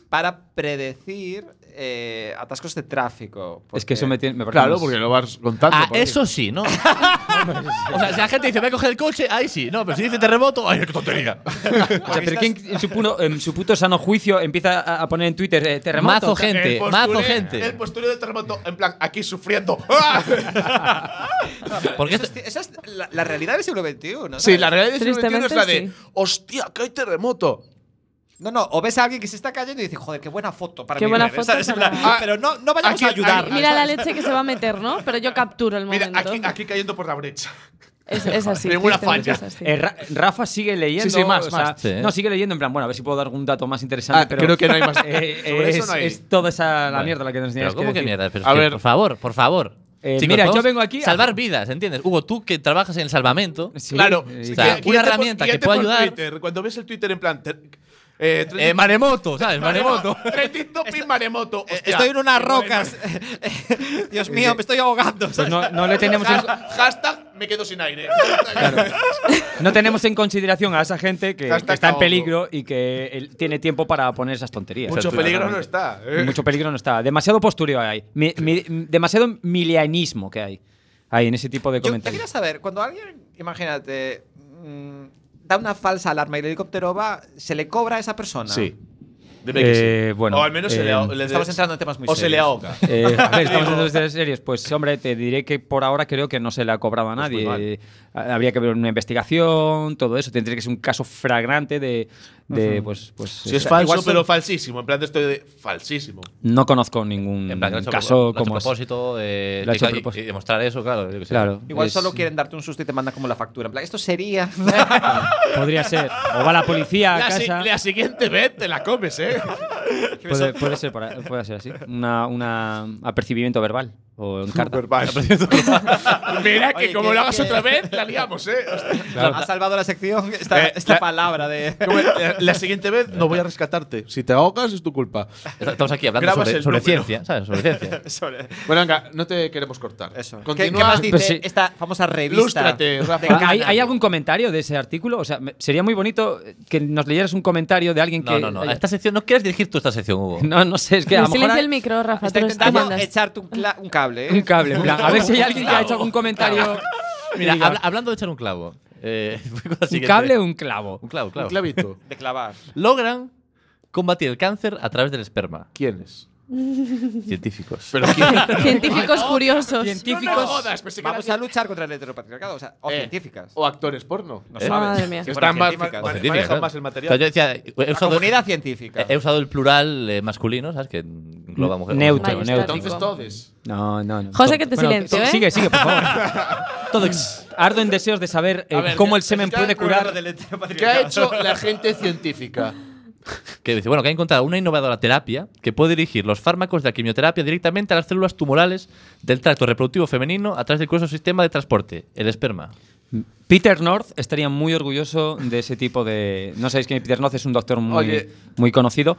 S3: para predecir eh, atascos de tráfico.
S4: Es que eso me tiene- me parece
S5: Claro,
S4: más-
S5: porque lo vas contando.
S2: Ah,
S5: porque-
S2: eso sí, ¿no? o sea, si la gente dice, voy a coger el coche, ahí sí. No, pero si dice terremoto, ay, qué tontería.
S4: O sea, pero ¿quién en su, puno- en su puto sano juicio empieza a- a poner en Twitter eh, terremoto?
S2: Mazo
S4: tal?
S2: gente,
S5: El postureo-
S2: mazo gente.
S5: El postureo de terremoto, en plan, aquí sufriendo. ¡Ah!
S2: Porque
S3: Eso
S2: esto-
S3: es, esa es la, la realidad del siglo XXI. ¿sabes?
S5: Sí, la realidad del siglo XXI es la de,
S6: Tristemente,
S5: hostia, que hay terremoto.
S3: No, no, o ves a alguien que se está cayendo y dices, joder, qué buena foto para
S6: Qué
S3: mi
S6: buena
S3: bebé",
S6: foto
S3: ¿sabes? En plan,
S6: para-
S3: "Ah, pero no, no vayamos
S5: Aquí-
S3: a ayudar.
S5: ahí-
S6: Mira la leche que se va a meter, ¿no? Pero yo capturo el
S5: Mira,
S6: momento.
S5: aquí, aquí cayendo por la brecha.
S6: es, es así.
S5: Ninguna
S6: tristemente
S5: falla.
S6: es así.
S4: Eh, Ra- Rafa sigue leyendo.
S5: Sí, sí, más,
S4: o sea,
S2: más. Sí.
S4: No, sigue leyendo en plan, bueno, a ver si puedo dar algún dato más interesante.
S5: Ah,
S4: pero
S5: creo que no hay más.
S4: Eh,
S5: Sobre
S4: eh,
S5: eso
S4: es,
S5: no hay.
S4: es toda esa la
S2: Vale.
S4: mierda la que nos tenías
S2: Pero ¿cómo que
S4: decir.
S2: mierda? Pero es
S5: A
S2: que,
S5: ver.
S2: por favor, por favor.
S4: Eh, mira, yo
S2: vamos
S4: vengo aquí a-
S2: Salvar vidas, ¿entiendes? Hugo, tú que trabajas en el salvamento.
S4: Sí,
S5: claro.
S4: eh,
S5: sí,
S2: o sea,
S5: que- que
S2: una
S5: ya te-
S2: herramienta
S5: ya
S2: que
S5: te
S2: pueda
S5: pon
S2: ayudar.
S5: Twitter, cuando ves el Twitter en plan. ter- eh, trending-
S2: Eh, maremoto, ¿sabes? Maremoto.
S5: Trending topic maremoto.
S3: Eh,
S5: Hostia.
S3: Estoy en unas rocas. Dios mío, me estoy ahogando.
S4: pues no, no le tenemos en,
S5: Has- Hashtag me quedo sin aire.
S4: no tenemos en consideración a esa gente que,
S5: Hashtag
S4: que está en
S5: caoco.
S4: peligro y que él tiene tiempo para poner esas tonterías.
S5: Mucho peligro no está. eh.
S4: Mucho peligro no está. Demasiado postureo hay. Mi- mi- demasiado milianismo que hay. Hay en ese tipo de
S3: Yo, yo quería
S4: comentarios.
S3: saber, cuando alguien, imagínate, mm, da una falsa alarma y el helicóptero va, ¿se le cobra a esa persona?
S5: Sí. Debe que sí.
S4: Eh, bueno,
S5: o al menos se le,
S4: eh,
S5: ahog- le-
S3: Estamos entrando en temas muy
S5: O se le
S3: serios.
S5: ahoga.
S4: Eh, a ver, estamos en dos series. Pues, hombre, te diré que por ahora creo que no se le ha cobrado a
S5: Pues
S4: nadie. Eh, Habría que ver una investigación, todo eso. Tendría que ser un caso fragrante de. de, pues, pues,
S5: Si es
S4: eh,
S5: falso,
S3: igual son-
S5: pero falsísimo. En plan, de estoy de falsísimo.
S4: No conozco ningún
S2: En plan, que lo ha hecho
S4: caso
S2: a pro- lo ha hecho
S4: como.
S2: a propósito, eh,
S4: Lo ha hecho a
S2: y- y-
S4: propósito.
S2: y demostrar eso, claro. yo qué sé.
S4: Claro.
S3: Igual
S4: es-
S3: solo quieren darte un susto y te mandan como la factura. En plan, esto sería.
S4: Podría ser. O va la policía a
S5: La, si-
S4: casa.
S5: la siguiente vez te la comes, ¿eh?
S4: Puede, puede ser, por ahí- puede ser así. Una, una apercibimiento verbal. O en carta.
S5: Mira que
S3: Oye,
S5: como
S3: que-
S5: lo hagas
S3: que-
S5: otra vez, la liamos, ¿eh?
S3: Ha salvado la sección esta,
S5: Eh,
S3: esta
S5: la-
S3: palabra de.
S5: Como, eh, la siguiente vez no voy a rescatarte. Si te ahogas, es tu culpa.
S2: Estamos aquí hablando
S5: Grabas
S2: sobre,
S5: el
S2: sobre
S5: número.
S2: ciencia, ¿sabes? Sobre ciencia.
S5: Bueno, venga, no te queremos cortar.
S3: Eso. ¿Qué, qué
S5: Continúa.
S3: más dice
S4: Pues sí.
S3: esta famosa revista?
S5: Lústrate, Rafa.
S3: de
S4: Ah,
S3: Cana?
S4: ¿Hay, hay algún comentario de ese artículo? O sea, me- sería muy bonito que nos leyeras un comentario de alguien
S2: No,
S4: que.
S2: no, no. Esta sección, no quieres dirigir tú esta sección, Hugo.
S4: No, no sé, es que a lo mejor.
S6: Silencia
S4: hay-
S6: el micro, Rafa.
S3: Está
S6: tú lo estás
S3: intentando
S6: viendo.
S3: echarte un, cla- un cable. ¿eh?
S4: Un cable, en plan, a ver si hay alguien que ha hecho algún comentario.
S2: Mira,
S4: Diga,
S2: habla- hablando de echar un clavo. eh, voy con la
S4: ¿Un
S2: siguiente.
S4: cable o un clavo?
S2: Un clavo, clavo.
S5: Un clavito.
S3: De clavar.
S2: Logran combatir el cáncer a través del esperma.
S5: ¿Quiénes?
S2: Científicos.
S5: Pero ¿quién?
S6: Científicos curiosos.
S4: Científicos.
S5: pues
S3: Vamos a luchar contra el heteropatriarcado. O sea, o
S5: Eh,
S3: científicas.
S5: O actores porno.
S3: no
S2: eh,
S6: Madre mía.
S5: Que
S3: Sí,
S5: están
S3: bueno,
S5: más,
S3: científicas.
S5: ma-
S3: O
S5: manejan
S2: científicas, ¿eh?
S5: más el
S2: O sea, yo
S5: material.
S2: decía, he
S3: La
S2: usado,
S3: comunidad
S5: Eh,
S3: científica.
S2: he usado el plural eh, masculino, ¿sabes? Que engloba mujer.
S4: Neutro,
S6: Ahí está.
S4: neutro.
S5: Entonces, todos.
S4: No, no, no.
S6: José, que te silencio,
S4: sí,
S6: ¿eh?
S4: Sigue, sigue, por favor. Todos. Ardo en deseos de saber eh,
S5: A ver,
S4: cómo el
S5: que-
S4: semen
S5: que ya
S4: puede
S5: el programa
S4: curar.
S3: del
S5: ¿Qué ha
S3: heteropatriarcado.
S5: hecho la gente científica?
S2: Que dice, bueno, que ha encontrado una innovadora terapia que puede dirigir los fármacos de la quimioterapia directamente a las células tumorales del tracto reproductivo femenino a través del curioso sistema de transporte, el esperma.
S4: Peter North estaría muy orgulloso de ese tipo de. No sabéis quién es Peter North, es un doctor muy,
S5: Oye.
S4: muy conocido.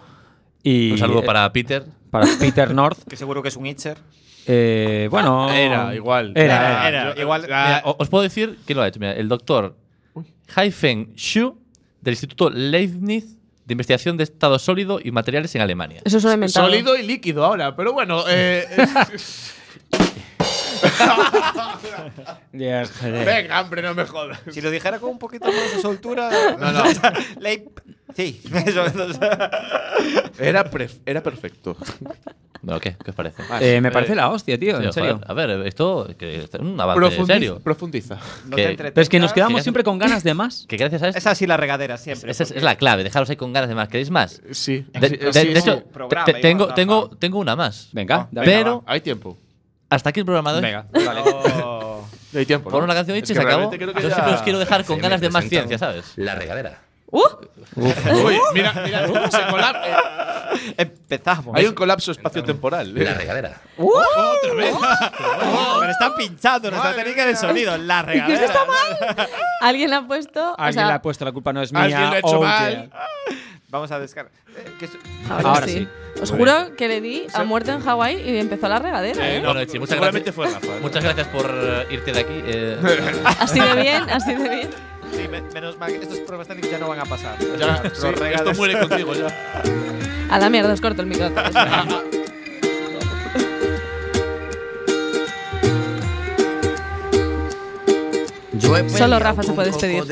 S4: Y eh,
S2: Un saludo para Peter.
S4: para Peter North.
S3: Que seguro que es un itcher.
S4: Eh, bueno.
S5: Oh. Era, igual.
S4: Era,
S3: era.
S5: Yo-
S3: Igual-
S2: Mira,
S5: Ah,
S2: o- os puedo decir quién lo ha hecho. Mira, el doctor Haifeng Xu del Instituto Leibniz de Investigación de Estado Sólido y Materiales en Alemania.
S6: Eso es un inventado.
S5: Sólido y líquido ahora, pero bueno. eh,
S4: Dios, joder.
S5: venga, hombre, no me jodas.
S3: Si lo dijera con un poquito más de soltura. No, no. Sí. Eso, eso.
S5: Era, pref- era perfecto.
S2: Bueno, ¿qué? ¿Qué os parece?
S4: Eh, me parece la hostia, tío,
S2: Sí,
S4: en serio.
S2: joder, a ver, esto que es un avance
S5: Profundiz-
S2: serio.
S5: Profundiza.
S3: No
S2: Que-
S3: te
S4: Pero es que nos
S3: entretengas.
S4: quedamos
S2: Que-
S4: siempre con ganas de más.
S2: Que gracias a esto.
S3: Es así la regadera siempre.
S2: Esa es,
S3: porque-
S2: es la clave, dejaros ahí con ganas de más. ¿Queréis más?
S5: Sí.
S2: De,
S5: Eh, sí, sí,
S2: de- de
S5: sí. Ah,
S2: hecho,
S3: Programa,
S2: te- te-
S3: igual,
S2: tengo,
S3: Rafa.
S2: tengo, tengo una más.
S4: Venga, dale.
S2: Pero
S5: Hay tiempo.
S2: hasta aquí el programa de hoy.
S4: Venga,
S3: Oh.
S5: No hay tiempo.
S2: Por
S5: ¿no?
S2: una canción y
S5: Es
S2: se
S5: que
S2: acabó.
S5: realmente creo que
S2: Yo
S5: ya-
S2: siempre os quiero dejar con
S7: FM
S2: ganas de más
S7: presentan
S2: ciencia, ¿sabes?
S7: La regadera.
S6: ¡Uh!
S5: Uy, mira, mira, se colap- eh,
S3: Empezamos.
S5: Hay un colapso espacio-temporal.
S7: La regadera.
S6: ¡Uh!
S4: Uh,
S5: Otra vez.
S3: Oh, pero están pinchando nuestra
S5: Madre
S3: técnica de
S5: mía.
S3: sonido. La regadera.
S6: Alguien le ha puesto. o
S4: alguien
S6: sea,
S4: le ha puesto la culpa, no es mía.
S5: Alguien lo ha hecho
S4: oh,
S5: mal.
S4: yeah.
S3: Vamos a descargar. Eh, que es-
S6: ahora,
S4: Ahora
S6: sí.
S4: sí.
S6: Os juro que le di a muerte en Hawái y empezó la regadera. ¿eh?
S2: Bueno, Echi, muchas
S5: seguramente
S2: gracias.
S5: fue Rafa.
S2: Muchas gracias por eh, irte de aquí. eh.
S6: Así de bien, así de bien.
S3: Sí, me- menos mal que estos programas técnicos ya no van a pasar.
S5: Ya,
S3: Los
S5: sí,
S3: regalos-
S5: esto muere contigo ya.
S6: A la mierda, os corto el micrófono. Solo Rafa se puede despedir.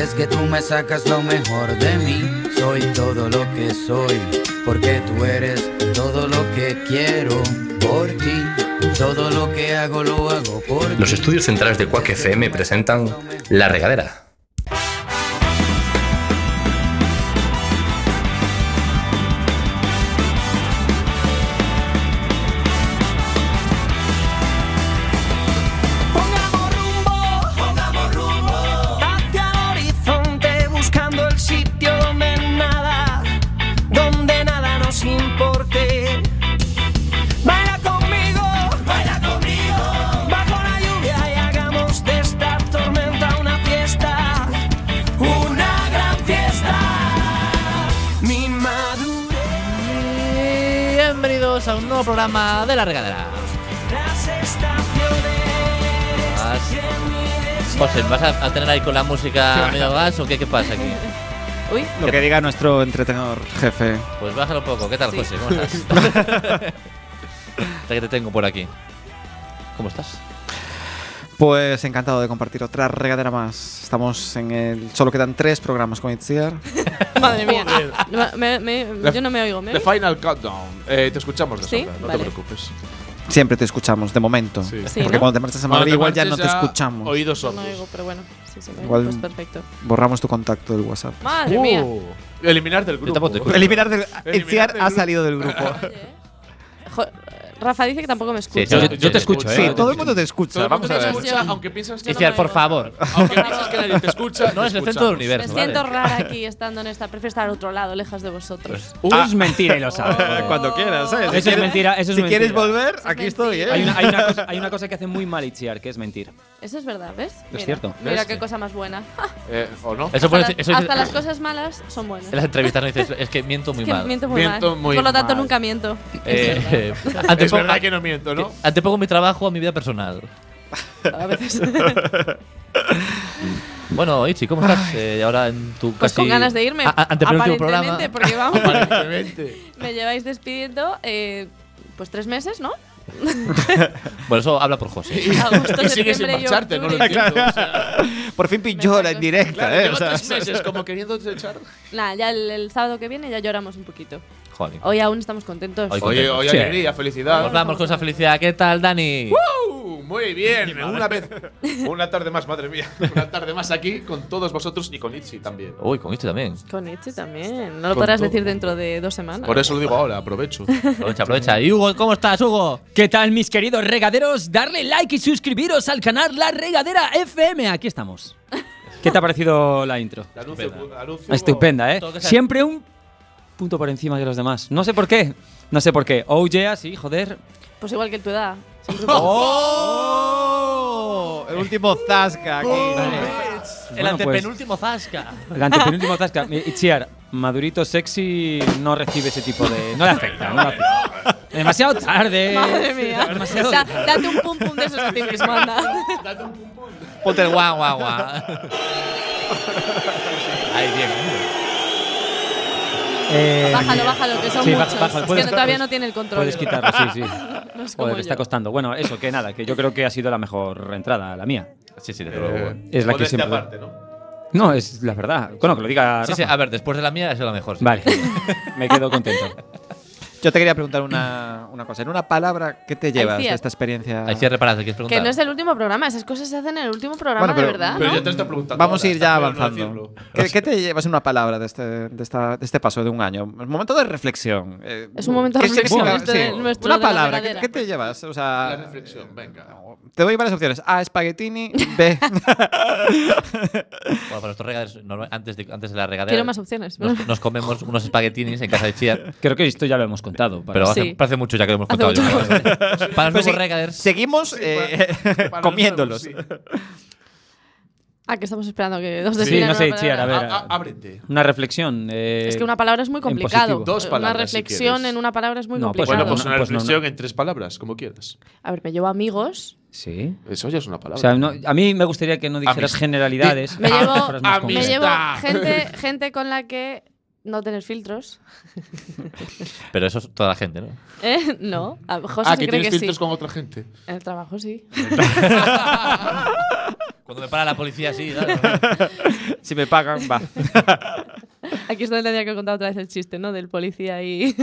S8: Es que tú me sacas lo mejor de mí. Soy todo lo que soy porque tú eres todo lo que quiero. Por ti, todo lo que hago lo hago por ti.
S7: Los estudios centrales de Quack FM presentan La Regadera.
S1: Pongamos rumbo, pongamos rumbo hacia el horizonte buscando el sitio donde nada, donde nada nos importe. Baila conmigo, baila conmigo bajo la lluvia y hagamos de esta tormenta una fiesta, una gran fiesta. Mi madurez,
S2: Bienvenidos a un nuevo programa de La Regadera.
S1: las estaciones.
S2: Vas-
S1: en mi desierto.
S2: José, ¿vas a, a tener ahí con la música a medio gas o qué, qué pasa aquí?
S6: Uy,
S3: Lo que diga nuestro entretenedor jefe.
S2: Pues bájalo un poco. ¿Qué tal,
S6: Sí.
S2: José? ¿Cómo estás? Hasta que te tengo por aquí. ¿Cómo estás?
S3: Pues encantado de compartir otra regadera más. Estamos en el. Solo quedan tres programas con Itziar.
S6: madre mía. Ma- me- me- yo no me oigo. ¿me
S5: The
S6: oís?
S5: Final Countdown. Eh, te escuchamos de
S6: Sí,
S5: sobra, no
S6: vale.
S5: te preocupes.
S3: Siempre te escuchamos, de momento.
S5: Sí.
S6: Sí,
S3: Porque
S6: ¿no?
S3: cuando te marchas a Madrid, igual ya no te escuchamos.
S5: Oídos
S6: Yo no
S5: sordos.
S6: oigo, pero bueno. Sí, sí, me
S3: Igual-
S6: oigo, pues perfecto.
S3: Borramos tu contacto del WhatsApp.
S6: Madre mía.
S5: Uh, eliminar del grupo.
S2: tampoco te escucho.
S3: Eliminar del.
S5: Itziar Pues
S3: Itziar
S5: del
S3: ha
S5: grupo.
S3: salido del grupo.
S6: ¿eh? Jo- Rafa dice que tampoco me escucha.
S4: Yo, yo te escucho,
S3: Sí,
S4: ¿eh?
S3: todo el mundo
S5: Todo
S3: te escucha.
S5: el mundo
S3: Vamos a
S5: te
S3: ver.
S5: escucha, aunque piensas que
S2: Iciar,
S5: no
S2: por
S5: te-
S2: favor.
S5: Aunque piensas que nadie te escucha,
S2: No
S5: te
S2: es el centro del
S5: escuchamos.
S6: me
S2: universo.
S6: siento
S2: ¿vale?
S6: rara aquí estando en esta. Prefiero estar al otro lado, lejos de vosotros.
S4: Es mentira y lo sabes.
S3: Cuando quieras,
S5: ¿eh?
S3: ¿sabes?
S4: Eso es mentira, eso es
S3: Si quieres
S4: mentira.
S3: volver,
S6: es
S3: aquí estoy,
S6: mentira.
S4: Hay
S3: ¿eh?
S4: una, hay una cosa, hay una cosa que hace muy mal Itziar, que es mentir.
S6: Eso es verdad, ¿ves? Es
S4: cierto.
S6: Mira
S5: ¿Ves?
S6: qué cosa más buena.
S5: Eh, ¿O no?
S2: Eso
S6: Hasta,
S2: puede
S6: las-
S2: decir- eso
S6: hasta
S2: dice-
S6: las cosas malas son buenas.
S2: En las entrevistas no dices, es que miento muy
S6: Es que
S2: mal.
S6: miento muy
S5: Miento
S6: mal.
S5: muy
S6: Por lo tanto,
S5: mal.
S6: nunca miento.
S2: Eh, eh,
S5: Es
S2: antepongo-
S5: verdad que no miento, ¿no?
S2: antepongo mi trabajo a mi vida personal.
S6: A veces.
S2: Bueno, Ichi, ¿cómo estás? Eh, ahora en tu
S6: pues
S2: casi-
S6: con ganas de irme.
S2: a- a- Antepenúltimo programa.
S6: aparentemente, porque vamos.
S5: Aparentemente.
S6: me lleváis despidiendo eh, pues tres meses, ¿no?
S2: Bueno, eso habla por José.
S6: Agosto,
S5: Y sigues sin
S6: septiembre y
S5: marcharte, no lo
S6: octubre.
S5: entiendo. o sea,
S3: ¿eh? Por fin
S6: saco.
S3: pillora en directa,
S5: claro,
S3: ¿eh? O
S5: llevo
S3: sea,
S5: tres meses como queriendo echar.
S6: Nah, ya el, el sábado que viene ya lloramos un poquito.
S2: Joder.
S6: Hoy aún estamos contentos.
S2: Hoy-
S5: Oye, oye,
S4: Sí.
S5: alegría,
S2: Vamos,
S5: felicidad.
S2: vamos con esa felicidad. ¿Qué tal, Dani?
S5: Uh, muy bien, una vez, una tarde más, madre mía, una tarde más aquí con todos vosotros y con Itzi también.
S2: Uy, con Ichi también.
S6: Con Itchy también. No lo
S5: Con
S6: podrás
S5: todo.
S6: decir dentro de dos semanas.
S5: Por eso lo digo ahora, aprovecho.
S2: Aprovecha, aprovecha. Y Hugo, ¿cómo estás, Hugo?
S4: ¿Qué tal, mis queridos regaderos? Darle like y suscribiros al canal La Regadera FM. Aquí estamos. ¿Qué te ha parecido la intro?
S5: Anuncio, anuncio-
S4: Estupenda, ¿eh?
S2: Tengo que ser-
S4: Siempre un punto por encima que los demás. No sé por qué. No sé por qué. Oh, yeah, sí, joder.
S6: Pues igual que tu edad. Siempre-
S3: ¡Oh! El último zasca aquí.
S4: Bueno, pues,
S2: pues. Zasca.
S4: El antepenúltimo tasca. Mi- Itziar, madurito sexy no recibe ese tipo de. No le afecta, no le afecta. Demasiado tarde.
S6: Madre mía.
S4: Demasiado
S6: O sea,
S4: tarde.
S6: date un pum pum de esos a ti mismo, anda.
S2: Ponte el guau, guau, guau. Ahí, bien.
S4: Eh,
S6: Bájalo, bájalo, que son
S4: Sí, baja-
S6: muchos.
S4: bájalo.
S6: Es que
S4: Puedes-
S6: no- todavía no tiene el control.
S4: Puedes quitarlo, sí, sí.
S6: No es como
S4: Joder, que está
S6: yo.
S4: costando. Bueno, eso, que nada, que yo creo que ha sido la mejor entrada, la mía.
S2: Sí, sí, desde luego.
S5: Eh,
S4: Es la que
S5: modestia
S4: siempre-
S5: aparte, ¿no?
S4: No, es la verdad. Bueno, que lo diga.
S2: Sí, sí,
S4: Rafa.
S2: a ver, después de la mía es la mejor. sí.
S4: Vale, me quedo contento.
S3: Yo Yo te quería preguntar una, una cosa. En una palabra, ¿qué te llevas de
S6: cierre.
S3: esta experiencia?
S2: Hay cierre para hacer, ¿quieres
S6: Que
S2: preguntar?
S6: no es el último programa, esas cosas se hacen en el último programa
S3: Bueno, pero-
S6: de verdad.
S5: Pero
S6: ¿no?
S5: ya te está preguntando.
S3: Vamos a
S5: ahora,
S3: ir ya
S5: está feo no
S3: avanzando.
S5: decirlo.
S3: ¿Qué, qué te llevas en una palabra de este, de esta- de este paso de un año? Un momento de reflexión. eh,
S6: Es un momento de
S3: ¿qué
S6: reflexión,
S3: significa?
S6: este de- nuestro
S3: una
S6: de la
S3: palabra. ¿qué,
S6: regadera.
S3: qué te llevas? O
S5: La
S3: sea,
S5: reflexión, venga.
S3: te doy varias opciones. A, espaguetini. B,
S2: Bueno, para nuestros regaderos, normal- antes, de, antes de la regadera.
S6: Quiero más opciones. ¿no?
S2: Nos, nos comemos unos espaguetinis en casa de Chía,
S4: Creo que esto ya lo hemos contado. para-
S2: pero hace,
S6: Sí.
S2: parece mucho ya que lo hemos
S6: Hace
S2: contado. yo
S6: mucho.
S2: creo. para los
S3: Pues
S2: nuevos
S3: sí.
S2: regaders,
S3: seguimos
S5: Sí,
S3: eh,
S5: para- para
S3: comiéndolos.
S5: los nuevos,
S6: Ah, que estamos esperando que dos
S4: Sí,
S6: definan
S4: no sé,
S6: una
S4: Chiara, a
S5: sí.
S6: palabra.
S4: ver.
S5: A- a- Ábrete.
S4: Una reflexión. eh,
S6: Es que una palabra es muy
S4: en
S6: complicado.
S4: positivo.
S5: Dos
S6: una
S5: palabras, si
S6: reflexión
S5: quieres.
S6: en una palabra es muy
S4: No, pues
S6: complicado.
S5: Bueno, pues
S4: no,
S5: una
S4: pues no,
S5: reflexión en tres palabras, como quieras.
S6: A ver, me llevo amigos.
S4: Sí.
S5: Eso ya es una
S4: O
S5: palabra.
S4: sea, no- a mí me gustaría que no dijeras
S5: Amist-
S4: generalidades. Ah,
S6: Me
S4: que
S6: llevo-
S4: fueras más
S5: Amistad.
S6: Me
S4: concreto.
S6: llevo gente, gente con la que no tener filtros.
S2: pero eso es toda la gente, ¿no?
S6: ¿Eh? No. A José
S5: ah,
S6: se
S5: que
S6: cree
S5: tienes
S6: que sí.
S5: filtros con otra gente.
S6: En el trabajo sí.
S2: Cuando me para la policía, sí.
S3: Si me pagan, va.
S6: Aquí es donde tendría que contar otra vez el chiste, ¿no? Del policía y.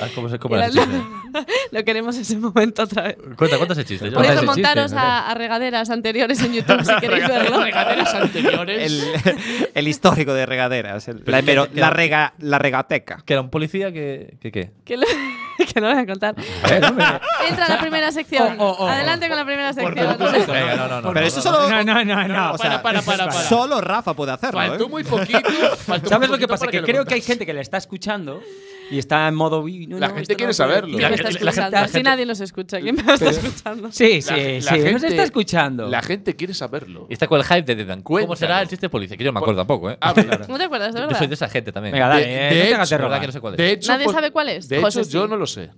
S2: Ah, ¿Cómo se cómo
S6: Era
S2: era ese chiste?
S6: Lo queremos ese momento otra vez.
S2: Cuenta, cuenta ese chiste. yo-
S4: Cuenta
S6: Podéis
S4: ese chiste,
S6: remontaros
S4: ¿no?
S6: a, a regaderas anteriores en YouTube si queréis verlo.
S5: anteriores.
S3: El, el histórico de regaderas. el- la, hemero- la rega, la regateca.
S2: Que era un policía que. que ¿Qué?
S6: Que, lo, que no voy a contar. Entra la primera sección. Adelante con la primera sección.
S2: Venga, no, no, no.
S3: Pero eso solo.
S4: No, no, no, no.
S3: o sea,
S5: para, para, para.
S3: Solo Rafa puede hacerlo.
S5: Faltó
S3: ¿eh?
S5: muy poquito. faltó
S4: ¿Sabes
S5: muy
S4: lo que
S5: poquito
S4: pasa?
S5: para
S4: Que
S5: lo
S4: creo que hay
S5: contaras.
S4: gente que la está escuchando y está en modo. "Uy, no,
S5: La
S4: no,
S5: gente
S4: esto no puede".
S5: quiere saberlo.
S6: ¿Quién me está
S2: La- la- la
S6: escuchando?
S2: gente-
S6: Si nadie nos escucha, ¿quién me está escuchando?
S4: Sí,
S5: La-
S4: sí,
S5: la
S4: sí. Nos
S5: gente-
S4: está escuchando.
S5: La gente quiere saberlo.
S2: Y está con el hype de Dan. ¿Cómo
S5: Cuéntalo.
S2: será el chiste de policía? Que yo no me acuerdo tampoco, ¿eh?
S5: Ah, claro.
S6: ¿No te acuerdas, de
S2: Yo soy de
S6: verdad?
S2: esa gente también.
S4: Venga, dale.
S5: De-
S4: eh,
S5: de
S4: no te hagas
S5: hecho,
S4: de
S2: La verdad
S4: rogar.
S2: que no sé cuál es.
S5: De hecho,
S6: Nadie
S5: pues-
S6: sabe cuál es.
S5: De hecho,
S6: José, sí.
S5: yo no lo sé.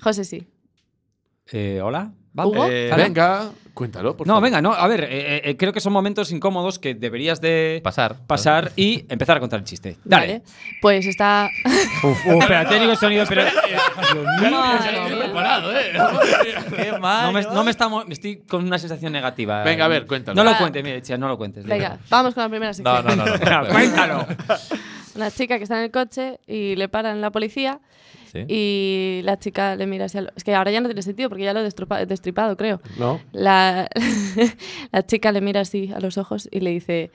S6: José, sí.
S4: Eh, Hola.
S6: ¿Hugo?
S4: Eh,
S5: Venga, cuéntalo, por
S4: No,
S5: favor.
S4: venga, no. A ver, eh, eh, eh, creo que son momentos incómodos que deberías de
S2: Pasar.
S4: pasar y empezar a contar el chiste. Dale.
S6: Vale. Pues está.
S4: Uf, uf, espera, técnico de sonido, pero.
S6: Madre mía.
S2: Qué
S4: No
S2: mal.
S4: me, no me está mo- estoy con una sensación negativa.
S5: Venga, a ver, cuéntalo.
S4: No lo
S6: Va.
S4: cuentes, mire, Chia, no lo cuentes.
S6: Venga, vamos con la primera
S2: No,
S6: sección.
S2: no, no. no.
S4: cuéntalo.
S6: Una chica que está en el coche y le paran la policía
S2: Sí.
S6: y la chica le mira hacia. lo- Es que ahora ya no tiene sentido porque ya lo he destropa- destripado, creo.
S5: No.
S6: La, la chica le mira así a los ojos y le dice,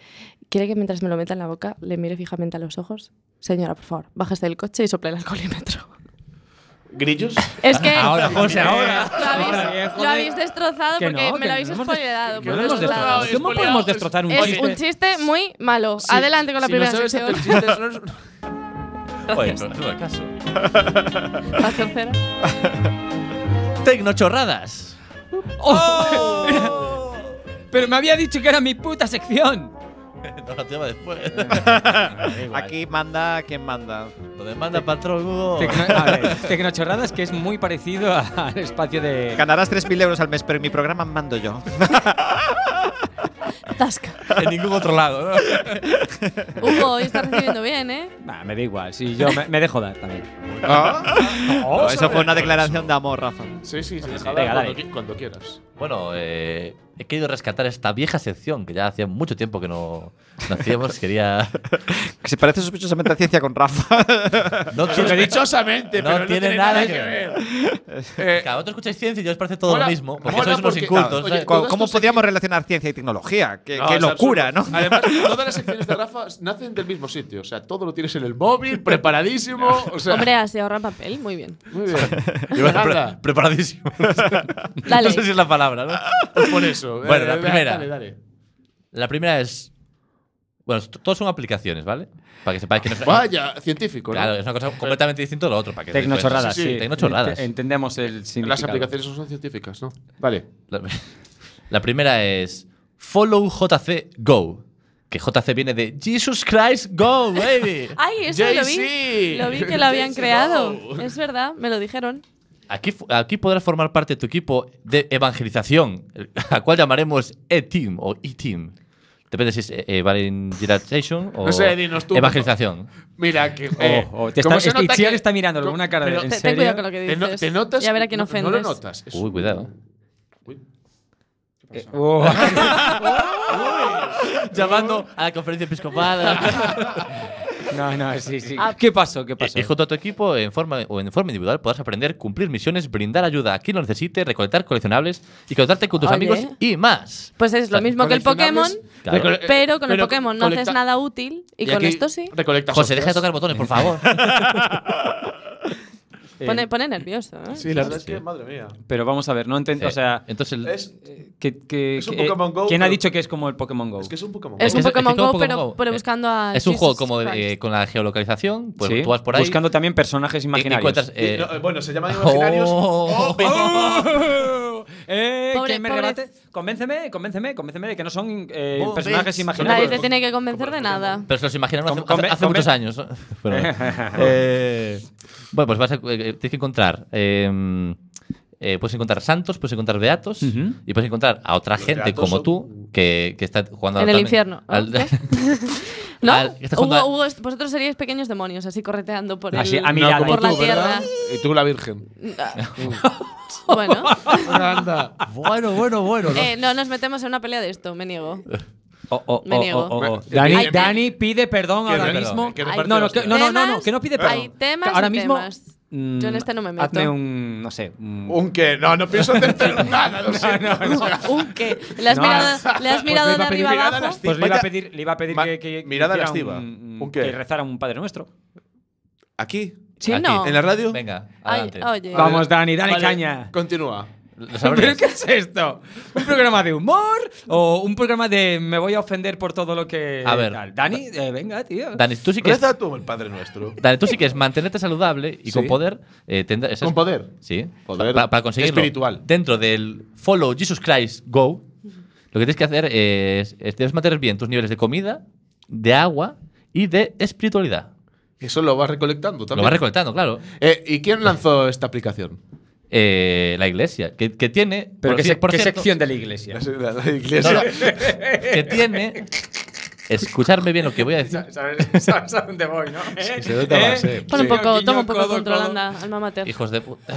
S6: ¿quiere que mientras me lo meta en la boca le mire fijamente a los ojos? Señora, por favor, bájese del coche y sople el alcoholímetro.
S5: ¿Grillos?
S6: Es que
S2: Ahora, José, ahora.
S6: lo, habéis,
S4: Ahora, eh,
S6: lo
S4: joder.
S6: habéis destrozado
S4: Que
S6: porque
S4: no,
S6: me
S4: que
S6: lo habéis
S4: no hemos
S6: spoileado.
S4: Que
S6: por
S4: no lo hemos
S6: todos lados.
S4: destrozado. ¿Cómo podemos destrozar un
S6: Es
S4: chiste?
S6: un chiste muy malo. Adelante con la primera sección.
S2: Oye, pero en todo caso.
S6: La tercera.
S2: Tecnochorradas.
S4: ¡Oh! Pero me había dicho que era mi puta sección.
S2: No, la tema después.
S3: Aquí manda quien manda.
S2: Lo demanda patrón Google.
S4: Tecno, a ver, Tecnochorradas, que es muy parecido a- al espacio de.
S3: Ganarás 3.000 euros al mes, pero en mi programa mando yo.
S6: Tasca.
S2: En ningún otro lado, ¿no?
S6: Hugo, hoy está recibiendo bien, ¿eh?
S4: Bah, me da igual, sí, yo me, me dejo dar también.
S3: Ah. No, eso fue una declaración de amor, Rafa.
S5: Oh, Sí, sí, sí.
S4: Venga,
S5: Ah, Venga,
S4: dale.
S5: cuando, qui- cuando quieras.
S2: Bueno, eh, he querido rescatar esta vieja sección que ya hacía mucho tiempo que no, no hacíamos. Quería.
S3: Que se parece sospechosamente a ciencia con Rafa.
S2: No quiero.
S5: Dichosamente,
S2: No
S5: pero no
S2: tiene
S5: tiene
S2: nada
S5: nada
S2: que
S5: que ver.
S2: Claro, vosotros escucháis ciencia y yo os parece todo
S5: Mola-
S2: lo mismo. Porque
S5: mola
S2: sois unos
S5: porque-
S2: incultos.
S5: Oye,
S2: ¿sabes?
S5: co-
S3: ¿Cómo,
S5: Todas
S3: cómo
S5: tus
S3: podíamos relacionar ciencia y tecnología? Qué,
S5: No,
S3: qué
S5: es
S3: locura,
S5: absurdo.
S3: ¿no?
S5: Además, todas las secciones de Rafa nacen del mismo sitio. O sea, todo lo tienes en el móvil, preparadísimo. O sea,
S6: Hombre, ah, se ahorra papel. Muy bien.
S5: muy bien.
S2: Yo pre-
S5: Anda,
S2: preparadísimo.
S6: Dale.
S2: No sé si es la palabra, ¿no?
S5: pues por eso.
S2: Bueno,
S5: Eh,
S2: la
S5: da-
S2: primera.
S5: Dale, dale.
S2: La primera es. Bueno, esto- todos son aplicaciones, ¿vale? Para que sepáis que no es.
S5: Vaya, científico, ¿no?
S2: Claro, es una cosa completamente distinta a lo otro. Para que
S4: Tecnochorradas,
S2: Sí,
S4: sí.
S2: sí, tecnochorradas.
S4: Ent- Entendemos el significado.
S5: Las aplicaciones no son científicas, ¿no? Vale.
S2: La, la primera es Follow JC Go. Que JC viene de Jesus Christ Go, baby.
S6: Ay, eso lo vi.
S5: Jay-Z.
S6: Lo vi que lo habían
S5: Jay-Z,
S6: creado.
S5: wow.
S6: Es verdad, me lo dijeron.
S2: Aquí, fu- aquí podrás formar parte de tu equipo de evangelización, el- al cual llamaremos E-Team o E-Team. Depende si es eh, evangelization o
S5: No sé, dinos tú,
S2: evangelización.
S5: Mira, que.
S4: Oh, oh, te está,
S5: como eh, se
S4: este
S5: nota
S4: Itziar
S5: que-
S4: está mirándolo con una cara de.
S5: pero-
S4: ¿En
S6: Te- Ten
S4: serio?
S6: cuidado con lo que
S5: Te,
S6: dices.
S5: no- te notas.
S6: Y a ver a quién
S5: no,
S6: ofendes.
S5: No lo notas. Es-
S2: Uy, cuidado.
S4: Eh, oh.
S2: Llamando a la conferencia episcopal.
S4: No, no, sí, sí.
S6: Ah.
S4: ¿Qué pasó?
S5: Eh,
S4: ¿Qué pasó?
S2: Y Eh, junto a tu equipo, en forma o en forma individual, podrás aprender, cumplir misiones, brindar ayuda a quien lo necesite, recolectar coleccionables y conectarte con tus
S6: Oye.
S2: amigos y más.
S6: Pues es lo
S2: Claro,
S6: mismo que el Pokémon,
S5: coleccionables.
S2: Claro.
S5: Recole- eh,
S6: pero con el
S5: pero
S6: Pokémon no haces
S5: colecta-
S6: nada útil y, con
S5: aquí
S6: esto sí.
S5: recolectas
S2: José, deja de
S5: hostias.
S2: tocar botones, por favor.
S6: Pone, pone nervioso. ¿eh?
S5: Sí, la verdad es que, madre mía.
S4: Pero vamos a ver, no entiendo. O sea,
S2: Eh, entonces el-
S5: Es,
S4: que- que-
S5: Eh, es un
S4: que-
S5: Pokémon Go,
S4: ¿quién ha
S5: pero-
S4: dicho que es como el Pokémon Go?
S5: es que es un Pokémon.
S6: Es
S2: que
S6: un
S2: es- es
S6: Pokémon
S2: como
S6: Go,
S2: Pokémon
S6: pero,
S2: Go.
S6: pero
S2: Eh,
S6: buscando a.
S2: es un
S6: Jesus
S2: juego como de-
S6: Christ.
S2: eh, con la geolocalización, pues
S4: Sí,
S2: tú vas por ahí
S4: Buscando también personajes
S2: y- y
S4: imaginarios.
S2: encuentras
S5: Y,
S2: eh,
S5: no, eh, bueno, se llaman imaginarios.
S2: Oh.
S4: ¡Oh! Eh,
S6: Pobre-
S4: ¿Quién me
S6: pobre-
S4: rebate? Convénceme, convénceme, convénceme de que no son eh,
S2: Oh,
S4: personajes
S2: ves.
S4: imaginarios.
S6: Nadie te tiene que convencer de nada.
S2: Pero se los imaginaron hace,
S4: Con-
S2: hace- hace
S4: con-
S2: muchos años. ¿no? Pero bueno. Eh, bueno, pues vas a- eh, tienes que encontrar. eh, eh, puedes encontrar santos, puedes encontrar beatos
S4: Ujú.
S2: y puedes encontrar a otra
S5: Los
S2: gente
S5: beatos
S2: como
S5: son-
S2: tú que, que está jugando
S6: En
S2: al-
S6: el infierno.
S2: al-
S6: ¿no? ¿No?
S2: al- que está
S6: Hugo,
S2: jugando a-
S6: Hugo, est- vosotros seríais pequeños demonios, así correteando por,
S4: Así,
S6: el-
S4: a
S5: No,
S4: mirada.
S6: por la
S5: tú,
S6: tierra.
S5: ¿verdad? Y tú la virgen.
S6: Bueno,
S5: Anda.
S2: Bueno, bueno, bueno. ¿no?
S6: eh, no nos metemos en una pelea de esto, me niego.
S4: Oh, oh,
S6: Me
S4: oh,
S6: niego.
S4: oh, oh, oh.
S5: Que-
S4: Dani,
S5: que-
S4: Dani pide perdón
S5: que
S4: ahora
S5: reparte-
S4: mismo.
S5: que
S6: Ay,
S5: reparte
S4: No, no,
S5: hostias.
S4: que, no, no, no, no,
S6: Temas,
S4: que no pide perdón.
S6: hay temas
S4: ahora
S6: y
S4: mismo.
S6: temas. Yo en
S4: mm,
S6: este no me meto.
S4: Hazme un. No sé. mm. un-
S5: ¿Un qué? No, no pienso hacer nada. Lo siento.
S6: Uh, ¿qué? ¿Le has
S4: No,
S6: mirado, le has
S4: pues
S6: mirado
S4: me iba
S6: de
S4: a pedir
S6: arriba
S5: mirada
S6: abajo?
S5: lastima.
S4: Pues le iba a
S5: Vaya-
S4: pedir, le iba a pedir
S5: Ma-
S4: que, que- que
S5: mirada
S4: hiciera
S5: lastiva.
S4: un-
S5: ¿Un qué?
S4: Que rezara un Padre Nuestro.
S5: Aquí,
S6: Sí,
S2: Aquí,
S6: no.
S5: en la radio.
S2: Venga,
S6: Ay, oh,
S2: adelante.
S6: oye.
S4: Vamos, Dani, dale
S5: Vale,
S4: caña.
S5: Continúa.
S2: Lo sabrás.
S4: ¿Pero qué es esto? ¿Un programa de humor? ¿O un programa de me voy a ofender por todo lo que.
S2: A ver.
S4: tal? Dani, eh, venga, tío.
S2: Dani, tú sí que es,
S5: Reza tú el Padre Nuestro.
S2: Dani, tú sí que es mantenerte saludable y con
S5: Sí.
S2: poder eh, tendrás-
S5: Con poder.
S2: Sí.
S5: Poder
S2: Pa- para conseguirlo.
S5: espiritual.
S2: Dentro del Follow Jesus Christ Go, lo que tienes que hacer es, es- debes mantener bien tus niveles de comida, de agua y de espiritualidad.
S5: Eso lo vas recolectando
S2: Lo
S5: también.
S2: vas recolectando, claro.
S5: Eh, ¿Y quién lanzó esta aplicación?
S2: Eh, la iglesia, que, que tiene.
S4: Pero
S2: por
S4: qué,
S2: cien-
S4: sec-
S2: por
S4: qué
S2: ciento-
S4: sección de la iglesia.
S5: La,
S2: No,
S5: iglesia.
S2: no, que tiene. Escucharme bien lo que voy a decir.
S4: ¿Sabes, sabes a dónde voy, no?
S5: se nota más, eh.
S6: Pon un
S4: Sí.
S6: poco,
S4: Guiño,
S6: toma un poco
S4: codo,
S6: de control,
S4: codo.
S6: anda, alma mater.
S2: Hijos de puta.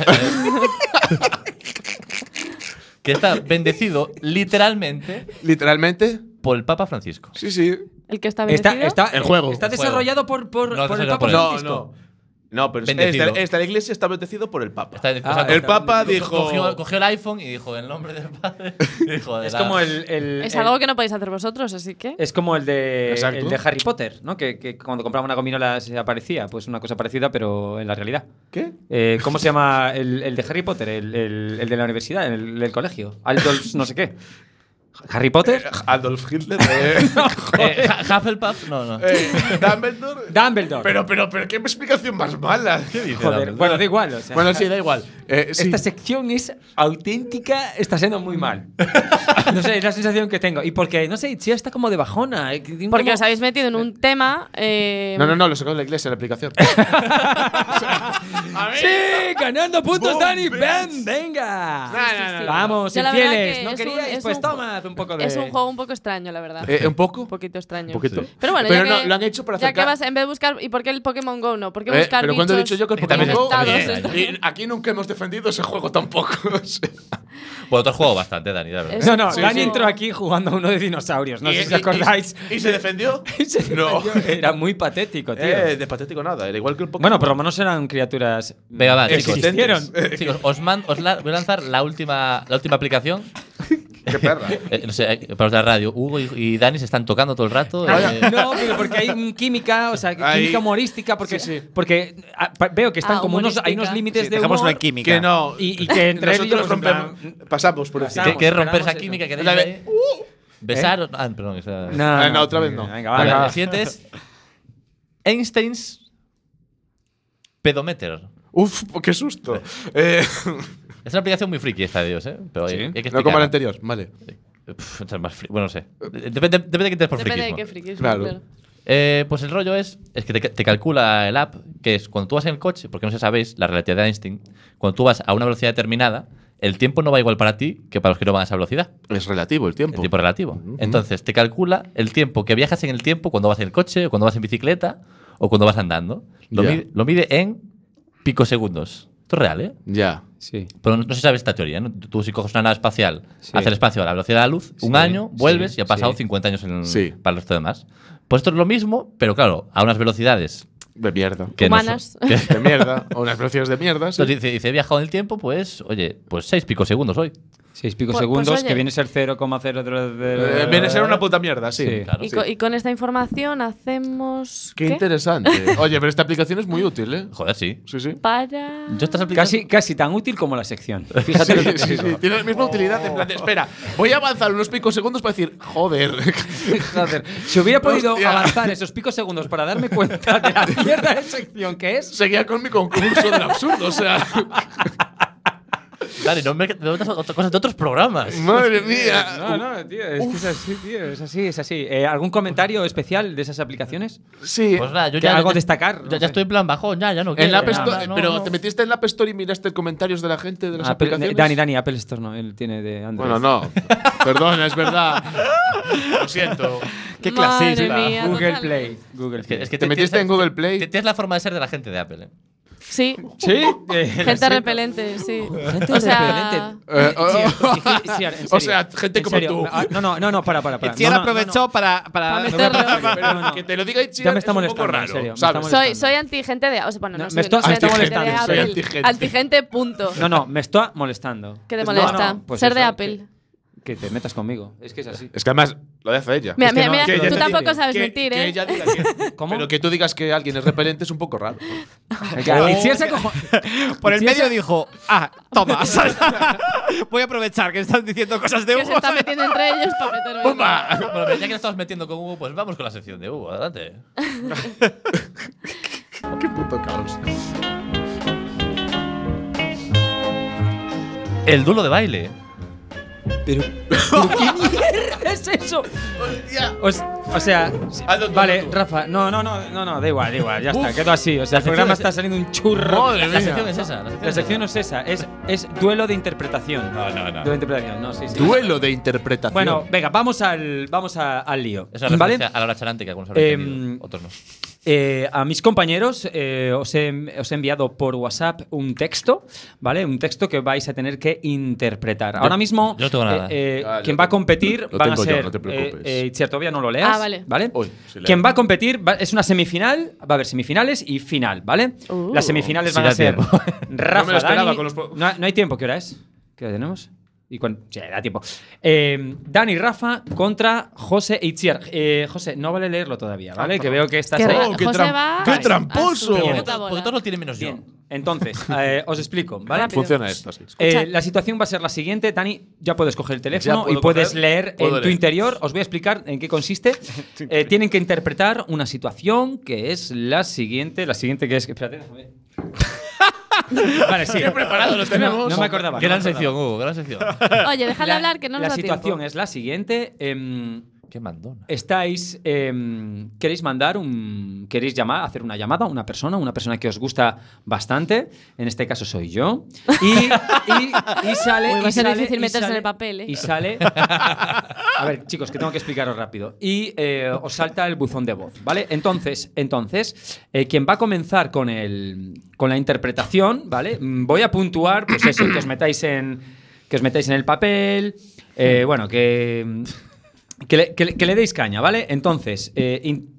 S2: que está bendecido literalmente
S5: Literalmente.
S2: por el Papa Francisco.
S5: Sí, sí.
S6: El que está bendecido.
S4: Está, está,
S5: El juego.
S4: Está
S2: El juego.
S4: desarrollado por, por,
S2: No,
S4: por el Papa
S2: desarrollado por él.
S5: No,
S4: Francisco.
S5: no. No, pero
S2: Bendecido.
S5: esta, esta iglesia está bendecido por el Papa.
S2: Está- o sea,
S4: Ah,
S2: cogió-
S5: el Papa
S2: cogió-
S5: dijo.
S2: Cogió, cogió el iPhone y dijo el nombre del padre. dijo, de
S4: Es
S2: la-
S4: como el. el-
S6: Es
S4: el-
S6: algo que no podéis hacer vosotros, así que.
S4: Es como el de,
S5: Exacto.
S4: el de Harry Potter, ¿no? Que, que cuando compraba una gominola se aparecía. Pues una cosa parecida, pero en la realidad.
S5: ¿Qué?
S4: Eh, ¿Cómo se llama el, el de Harry Potter? El, el- el de la universidad, el del colegio. Aldous, no sé qué. ¿Harry Potter?
S5: Adolf Hitler. eh.
S2: Eh, Ha- Hufflepuff, no, no.
S5: Eh, Dumbledore.
S4: Dumbledore.
S5: Pero, pero, pero, qué explicación más mala. ¿Qué dices?
S4: Joder, bueno, da igual. o sea,
S5: Bueno, sí, da igual. Eh, sí.
S4: Esta sección es auténtica, está siendo muy mal. No sé, es la sensación que tengo. Y porque, no sé, Chia está como de bajona. eh, que tiene
S6: Porque
S4: como-
S6: os habéis metido en un tema. eh,
S5: No, no,
S4: Em.
S5: no, lo sacó de la iglesia la aplicación.
S4: ¡Sí! ¡Ganando puntos,
S5: Boom,
S4: Dani!
S5: bitch.
S4: ¡Ven, venga!
S6: no, no, no.
S4: Vamos,
S6: Yo la verdad
S4: infieles.
S6: que
S4: ¿No
S6: es un-
S4: queríais?
S6: es
S4: pues
S6: un-
S4: tomad un poco de...
S6: Es un juego un poco extraño, la verdad.
S5: Eh, ¿Un
S6: Un
S5: poco?
S6: poquito extraño.
S5: poquito.
S6: Pero bueno,
S5: Pero
S6: ya
S5: no,
S6: que,
S5: lo han hecho para
S6: ya que
S5: acercar-
S6: vas, en vez de buscar. ¿Y por qué el Pokémon Go no? ¿Por qué
S5: Eh,
S6: buscar
S5: pero cuando he dicho
S6: bichos
S5: yo que el
S2: que también
S5: Pokémon Go.
S6: conectados?
S2: es-
S6: Esto-
S5: Y aquí nunca hemos defendido ese juego tampoco.
S2: Bueno, tú has jugado bastante, Dani, la verdad.
S6: Es-
S4: No, no,
S6: Sí,
S4: Dani
S6: sí.
S4: entró aquí jugando a uno de dinosaurios. No sé si os acordáis.
S5: ¿Y, se defendió? no.
S4: Era muy patético, tío.
S5: Eh, de patético nada, era igual que el Pokémon.
S4: bueno, por lo menos eran criaturas...
S2: Venga, va,
S4: que
S2: chicos.
S4: existieron.
S2: Chicos, os, man- os la- voy a lanzar la última, la última aplicación.
S5: Qué perra.
S2: Eh, no sé, eh, para la radio. Hugo y, y Dani se están tocando todo el rato. eh,
S4: Ah, No, pero porque hay un química, o sea,
S5: Ahí.
S4: química humorística, porque,
S5: Sí, sí.
S4: porque ah, pa- veo que están
S6: Ah,
S4: como unos, hay
S6: humorística.
S4: unos límites
S3: Sí,
S4: de
S3: dejamos
S4: humor
S3: una química.
S5: Que no.
S4: y, y que entre
S5: Nosotros
S4: ellos, pues, en plan,
S5: rompemos. pasamos por encima.
S4: Pasamos.
S2: que, que romper esa
S4: eso. Uh,
S2: química que
S5: La
S2: tenéis
S5: de-
S2: ahí. Besaros. Ah, perdón. esa-
S4: ¿eh? No,
S5: Ah, no, otra vez no.
S4: Venga, va,
S2: Vale,
S4: venga, va.
S2: el siguiente es Einstein's pedometer.
S5: Uf, qué susto. Eh,
S2: Es una aplicación muy friki esta de Dios, ¿eh? Pero hay,
S4: Sí.
S2: hay que
S5: no como
S2: explicarla.
S5: la anterior, vale.
S2: Pff, esta es más friki. Bueno, no sé. Depende, depende de qué te por
S6: Depende de
S2: friquismo.
S6: qué frikismo.
S5: Claro.
S2: Eh, pues el rollo es, es que te, ca- te calcula el app, que es cuando tú vas en el coche, porque no sé si sabéis, la relatividad de Einstein, cuando tú vas a una velocidad determinada, el tiempo no va igual para ti que para los que no van a esa velocidad,
S5: Es relativo el
S2: el
S5: tiempo.
S2: tiempo relativo. Entonces, te calcula el tiempo que viajas en el tiempo cuando vas en el coche, o cuando vas en bicicleta, o cuando vas andando. Lo,
S5: Ya.
S2: mide, lo mide en picosegundos. Esto es real, ¿eh?
S9: Ya.
S4: Sí.
S2: Pero no, no se sabe esta teoría, ¿no? Tú si coges una nave espacial
S4: Sí.
S2: hacia el espacio a la velocidad de la luz, un
S4: Sí,
S2: año, vuelves
S4: sí,
S2: y ha pasado
S4: sí.
S2: 50 años en,
S9: Sí.
S2: para los demás. Pues esto es lo mismo, pero claro, a unas velocidades
S9: De mierda.
S2: que no son-
S6: Humanas.
S2: que-
S9: De mierda. O unas velocidades de mierda. sí.
S2: Entonces dice, dice, he viajado en el tiempo, pues, oye, pues seis pico segundos hoy.
S4: Seis pico
S6: Pues-
S4: segundos,
S6: pues, oye.
S4: que viene a ser 0,0.
S9: Eh, viene a ser una puta mierda, sí.
S4: Sí.
S2: Claro,
S6: y,
S2: sí.
S6: co- y con esta información hacemos.
S9: Qué
S6: ¿qué?
S9: interesante.
S5: Oye, pero esta aplicación es muy útil, ¿eh?
S2: Joder, sí.
S9: Sí, sí.
S6: Para.
S2: Yo estas aplicaciones-
S4: Casi, casi tan útil como la sección. Fíjate lo que te
S9: Sí,
S4: digo.
S9: sí, tiene la misma utilidad. En plan de, espera, voy a avanzar unos picos segundos para decir, joder.
S4: Joder, si hubiera podido
S9: Hostia.
S4: avanzar esos picos segundos para darme cuenta de la mierda de sección que es.
S9: Seguía con mi concurso del absurdo, o sea.
S2: Dale, no me, me metas otra cosa de otros programas.
S9: Madre mía.
S4: No, no, tío, es que es así, tío, es así, es así. Eh, ¿Algún comentario especial de esas aplicaciones?
S9: Sí.
S2: Pues nada, yo
S4: Que
S2: ya.
S4: algo
S2: ya-
S4: destacar,
S2: Ya,
S4: no
S2: ya
S4: sé.
S2: estoy en plan bajón, ya, ya no
S9: En
S2: quiero,
S9: la App
S2: ya,
S9: Store-
S2: no,
S9: pero
S2: no.
S9: te metiste en la App Store y miraste comentarios de la gente de las
S4: Apple-
S9: aplicaciones.
S4: Ah, Dani, Dani, Apple Store no, él tiene de Android.
S9: Bueno, no. Perdona, es verdad. Lo siento.
S6: Qué clasista.
S4: Google Play. Google
S2: Es que, es
S4: Play.
S2: que
S9: Te metiste en Google Play.
S2: Play. Tienes la forma de ser de la gente de Apple. ¿eh?
S6: Sí,
S4: Sí, eh, lo
S6: gente
S4: siento.
S6: repelente, sí.
S4: Gente
S6: o
S4: repelente.
S6: sea,
S9: Eh, oh,
S4: Sí, sí, sí, en
S9: O
S4: serio,
S9: sea, gente
S4: en
S9: como
S4: serio.
S9: tú.
S4: Ah, No, no, no, no, para, para. para.
S3: Si él
S4: No, no,
S3: aprovechó para, para,
S6: Para
S4: no, no,
S6: meterlo.
S4: no, no, no, no.
S9: que te lo diga Itchiar
S4: Ya me está
S9: es un poco
S4: molestando, en
S9: raro,
S4: serio, me
S9: ¿sabes?
S4: está
S6: Soy,
S4: molestando.
S6: soy anti-gente de. O sea, bueno,
S4: No,
S6: no,
S4: me
S6: soy,
S4: estoy-
S6: no soy anti-gente de
S9: antigente, soy
S6: Apple.
S9: antigente.
S6: Antigente, punto.
S4: No, no, me estoy molestando.
S6: ¿Qué te
S4: No,
S6: molesta?
S4: no, pues
S6: Ser de
S4: eso,
S6: Apple.
S4: Que, que te metas conmigo. Es que es así.
S9: Es que además lo hace ella.
S6: Mira,
S4: Es que
S6: mira,
S4: no,
S6: mira,
S4: que ella
S6: tú
S4: te
S6: tampoco
S4: dice
S6: sabes
S5: que,
S6: mentir,
S5: que
S6: ¿eh?
S5: ella diga que-
S4: ¿Cómo?
S5: Pero que tú digas que alguien es repelente es un poco raro. ¿no?
S4: Y si
S9: Oh,
S4: él se acojo-
S3: Por el
S4: Si
S3: medio
S4: esa-
S3: dijo, ah, toma. Voy a aprovechar que están diciendo cosas de
S6: Que se
S3: Hugo.
S6: está metiendo entre ellos para meterme.
S2: Bueno, pero ya que nos estamos metiendo con Hugo, pues vamos con la sección de Hugo, adelante.
S9: Qué puto caos.
S2: El duelo de baile.
S4: es eso? Os- o sea, sí,
S5: Hazlo tú,
S4: vale,
S5: hazlo tú.
S4: Rafa, no, no, no, no, no, da igual, da igual, ya está, quedó así. O sea, el
S2: sección
S4: programa
S2: es-
S4: está saliendo un churro.
S2: La sección es esa.
S4: La sección no es esa, es, es duelo de interpretación.
S2: No, no, no.
S4: Duelo de interpretación, no, sí, sí.
S9: Duelo de interpretación.
S4: Bueno, venga, vamos al, vamos a- al lío.
S2: Esa es
S4: ¿Vale?
S2: a la hora charante que algunos habrán
S4: Em,
S2: entendido, otros no.
S4: Eh, a mis compañeros eh, os, he, os he enviado por WhatsApp un texto, ¿vale? Un texto que vais a tener que interpretar. Ahora mismo,
S2: yo no tengo nada.
S4: eh, eh,
S9: Ah, yo
S4: quien va a
S9: tengo-
S4: competir
S9: lo
S4: van a
S9: tengo yo,
S4: ser.
S9: no te
S4: eh,
S9: preocupes.
S4: eh, Itziar, todavía no lo leas.
S6: Ah, vale.
S9: Uy, sí leo.
S4: quien va a competir va- es una semifinal, va a haber semifinales y final, ¿vale?
S6: Uh.
S4: Las semifinales
S2: Sí
S4: van
S2: da
S4: a ser.
S2: tiempo.
S4: Rafa,
S9: No me lo esperaba
S4: Dani-
S9: con los po-
S4: no, no hay tiempo, ¿qué hora es? ¿Qué hora tenemos? Y cuan- sí, da tiempo. Eh, Dani Rafa contra José Itziar. Eh, José, no vale leerlo todavía,
S9: Ah,
S4: ¿vale? Que veo que estás.
S6: Que
S4: ahí.
S6: Ra- José va
S9: qué
S6: a su
S9: tramposo!
S6: puta
S2: Porque
S6: bola.
S2: todos- porque todos lo tienen menos yo.
S4: Bien, entonces, eh, os explico, ¿vale?
S6: Rápido.
S9: Funciona esto así.
S4: Eh,
S6: Escuchad.
S4: la situación va a ser la siguiente. Dani, ya puedes coger el teléfono
S9: puedo
S4: y puedes
S9: coger,
S4: leer en
S9: puedo
S4: tu
S9: leer.
S4: interior. Os voy a explicar en qué consiste. Eh, tienen que interpretar una situación que es la siguiente. La siguiente que es... Espérate, déjame. vale, sí.
S9: preparado lo
S4: No, no me acordaba. no me acordaba.
S2: Gran sección, Hugo, gran sección.
S6: Oye, déjale
S4: La-
S6: hablar que no nos
S4: La
S6: da
S4: situación
S6: tiempo.
S4: es la siguiente. em,
S2: Qué mandona.
S4: Estáis. eh, ¿Queréis mandar un. ¿Queréis llamar, hacer una llamada a una persona? Una persona que os gusta bastante. En este caso soy yo. Y, y- y sale.
S6: Uy, va a
S4: y
S6: ser
S4: sale-
S6: difícil
S4: y
S6: meterse en
S4: sale-
S6: el papel, ¿eh?
S4: Y sale. A ver, chicos, que tengo que explicaros rápido. Y eh, os salta el buzón de voz, ¿vale? Entonces, entonces eh, quien va a comenzar con, el, con la interpretación, ¿vale? Mm, Voy a puntuar, pues eso, que os metáis en, que os metáis en el papel, eh, bueno, que, que, le, que le- que le deis caña, ¿vale? Entonces, eh, in-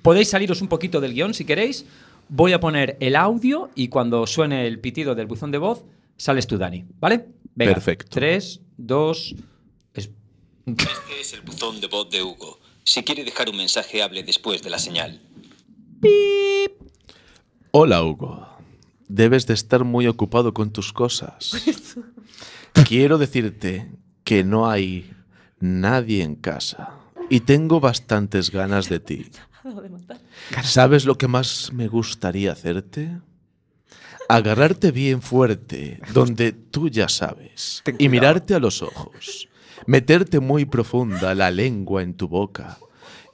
S4: podéis saliros un poquito del guión si queréis. Voy a poner el audio y cuando suene el pitido del buzón de voz, sales tú, Dani, ¿vale? Venga,
S9: Perfecto.
S4: Tres, dos... es-
S10: Este es el buzón de voz de Hugo. Si quiere dejar un mensaje, hable después de la señal.
S5: Hola, Hugo. Debes de estar muy ocupado con tus cosas. Quiero decirte que no hay nadie en casa y tengo bastantes ganas de ti. ¿Sabes lo que más me gustaría hacerte? Agarrarte bien fuerte, donde tú ya sabes, y mirarte a los ojos, meterte muy profunda la lengua en tu boca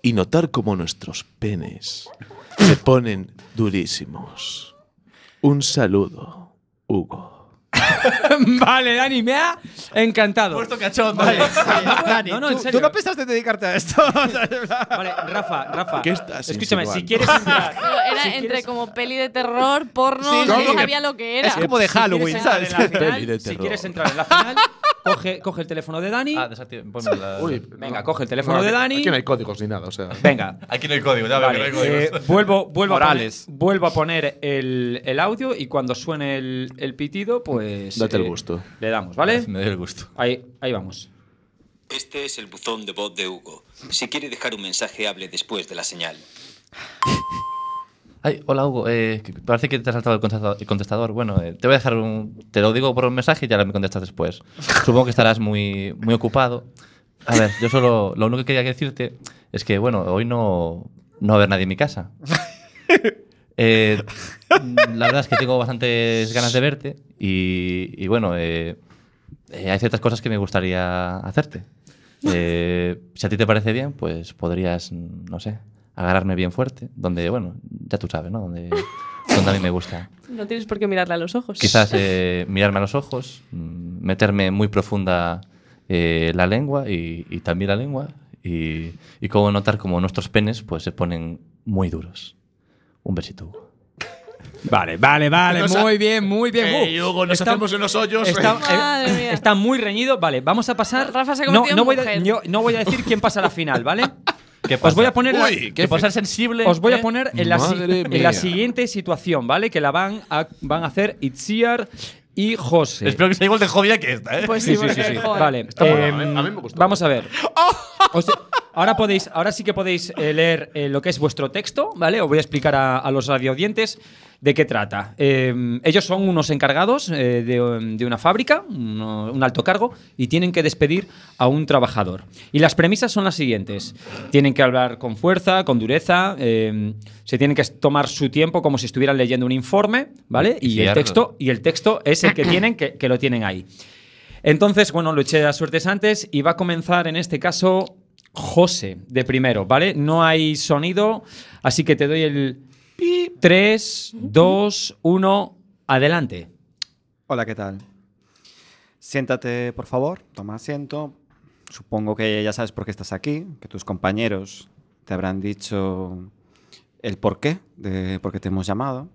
S5: y notar cómo nuestros penes se ponen durísimos. Un saludo, Hugo.
S4: vale, Dani, me ha encantado. Puesto cachondo.
S3: Dani,
S4: no, no,
S3: tú-
S4: en serio.
S3: ¿Tú no pensaste dedicarte a esto?
S4: Vale, Rafa, Rafa.
S5: ¿Qué estás
S4: Escúchame, si
S5: insinuando?
S4: quieres entrar.
S6: Pero era
S4: si
S6: entre
S4: quieres-
S6: como peli de terror, porno,
S3: Sí,
S6: no,
S3: sí, sí.
S6: sabía lo que era.
S3: Es como de
S4: si quieres
S3: Halloween,
S4: entrar
S3: ¿sabes?
S4: en la final,
S5: Peli de
S4: Si
S5: terror.
S4: quieres entrar en la final, coge, coge el teléfono de Dani.
S2: Ah, desactiva. ponme la-
S5: Uy,
S4: Venga,
S5: no.
S4: coge el teléfono
S5: No,
S4: de
S5: aquí-
S4: Dani.
S5: Aquí no hay códigos ni nada, o sea.
S4: Venga.
S2: Aquí no hay código, ya veo
S4: Vale,
S2: que no hay códigos.
S4: eh, vuelvo, vuelvo, a poner,
S3: Morales.
S4: vuelvo a poner el, el audio y cuando suene el, el pitido, pues.
S5: Date el gusto.
S4: Le damos, ¿vale?
S2: Me dio el gusto.
S4: Ahí, ahí vamos.
S10: Este es el buzón de voz de Hugo. Si quiere dejar un mensaje, hable después de la señal.
S2: Ay, hola Hugo, eh, que parece que te has saltado el contestador. el contestador. Bueno, eh, te voy a dejar un. Te lo digo por un mensaje y ya me contestas después. Supongo que estarás muy, muy ocupado. A ver, yo solo. Lo único que quería decirte es que, bueno, hoy no, no va a haber nadie en mi casa. Eh, la verdad es que tengo bastantes ganas de verte y, y bueno, eh, eh, hay ciertas cosas que me gustaría hacerte. Eh, si a ti te parece bien, pues podrías, mm, no sé, agarrarme bien fuerte, donde, bueno, ya tú sabes, ¿no? Donde, donde a mí me gusta.
S6: No tienes por qué mirarle a los ojos.
S2: Quizás eh, mirarme a los ojos, mm, meterme muy profunda eh, la lengua y, y también la lengua y, y cómo notar como nuestros penes pues se ponen muy duros. Un besito. Hugo.
S4: Vale, vale, vale.
S9: Nos ha-
S4: muy bien, muy bien.
S9: Eh,
S4: Uh,
S9: Hugo, nos
S4: está-
S9: hacemos unos hoyos.
S4: Está,
S9: eh.
S4: eh,
S6: Madre mía.
S4: está muy reñido. Vale, vamos a pasar.
S6: Rafa se ha
S4: no,
S6: convertido
S4: no
S6: en
S4: voy a,
S6: mujer.
S4: yo no voy a decir quién pasa a la final, ¿vale?
S2: ¿Qué
S4: Os voy
S2: pasa?
S4: a poner, la-
S9: Uy,
S2: que por ser sensible.
S4: os voy a
S2: ¿eh?
S4: poner en, la, si-
S5: Madre
S4: en la
S5: mía.
S4: siguiente situación, ¿vale? Que la van a, van a hacer Itziar y José.
S2: Espero que sea igual de jodida que esta, ¿eh?
S6: Pues sí,
S4: Sí, sí,
S6: porque,
S4: sí, sí.
S6: joder.
S4: Vale.
S5: molado,
S4: em,
S5: a mí- a mí me gustó.
S4: Vamos a ver. O sea, ahora, podéis, ahora sí que podéis eh, leer eh, lo que es vuestro texto, ¿vale? Os voy a explicar a, a los radioaudientes de qué trata. Em, ellos son unos encargados eh, de, um, de una fábrica, uno- un alto cargo, y tienen que despedir a un trabajador. Y las premisas son las siguientes. Tienen que hablar con fuerza, con dureza, em, se tienen que tomar su tiempo como si estuvieran leyendo un informe, ¿vale? Y el
S2: Cierto.
S4: texto, y el texto es el que tienen, que- que lo tienen ahí. Entonces, bueno, lo eché a suertes antes y va a comenzar en este caso José de primero, ¿vale? No hay sonido, así que te doy el 3, 2, 1, adelante.
S3: Hola, ¿qué tal? Siéntate, por favor, toma asiento. Supongo que ya sabes por qué estás aquí, que tus compañeros te habrán dicho el porqué de por qué te hemos llamado.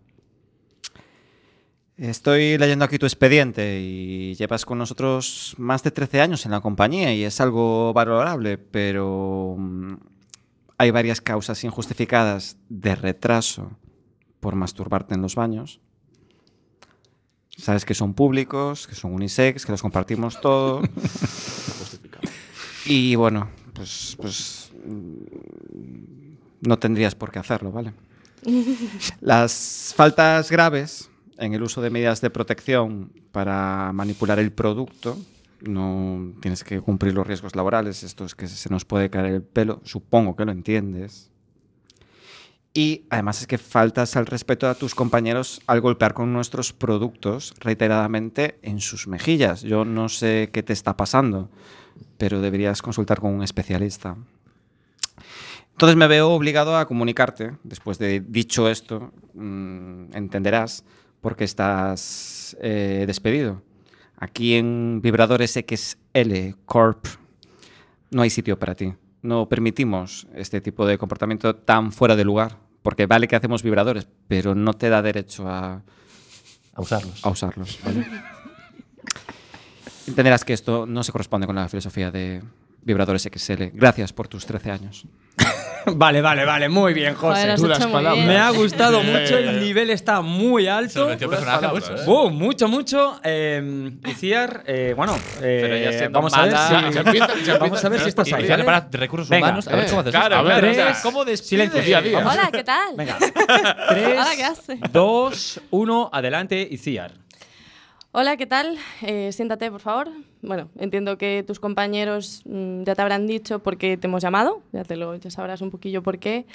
S3: Estoy leyendo aquí tu expediente y llevas con nosotros más de 13 años en la compañía y es algo valorable, pero mm, hay varias causas injustificadas de retraso por masturbarte en los baños. Sabes que son públicos, que son unisex, que los compartimos todo. y bueno, pues, pues mm, no tendrías por qué hacerlo, ¿vale? Las faltas graves en el uso de medidas de protección para manipular el producto, no tienes que cumplir los riesgos laborales, esto es que se nos puede caer el pelo, supongo que lo entiendes. Y además es que faltas al respeto a tus compañeros al golpear con nuestros productos reiteradamente en sus mejillas. Yo no sé qué te está pasando, pero deberías consultar con un especialista. Entonces me veo obligado a comunicarte. Después de dicho esto, mm, entenderás por qué estás eh, despedido. Aquí en Vibradores XL Corp no hay sitio para ti. No permitimos este tipo de comportamiento tan fuera de lugar. Porque vale que hacemos vibradores, pero no te da derecho a,
S2: A usarlos.
S3: a usarlos. ¿vale? Entenderás que esto no se corresponde con la filosofía de Vibradores XL. Gracias por tus 13 años.
S4: Vale, vale, vale, muy bien,
S6: Joder, lo
S4: José.
S6: has hecho muy bien.
S4: Me ha gustado mucho, el nivel está muy alto.
S2: ¿eh?
S4: Uh, mucho, mucho. Eh, Iciar, eh, bueno, eh,
S2: Pero ya siendo
S4: vamos a ver
S2: mala-
S4: si,
S9: Ya empieza- ya empieza-
S4: vamos a ver si estás ahí.
S2: Iniciar
S4: ¿vale?
S2: para recursos
S4: Venga,
S2: humanos. A ver
S9: eh,
S2: cómo haces
S9: claro,
S2: esto.
S9: claro.
S4: Tres,
S9: o sea,
S4: ¿Cómo
S9: silencio, día a día.
S6: Hola, ¿qué tal?
S4: Venga.
S6: Ahora, ¿qué hace?
S4: 3, 2, 1, adelante, Iciar.
S6: Hola, ¿qué tal? Eh, siéntate, por favor. Bueno, entiendo que tus compañeros mm, ya te habrán dicho por qué te hemos llamado, ya, te lo, ya sabrás un poquillo por qué.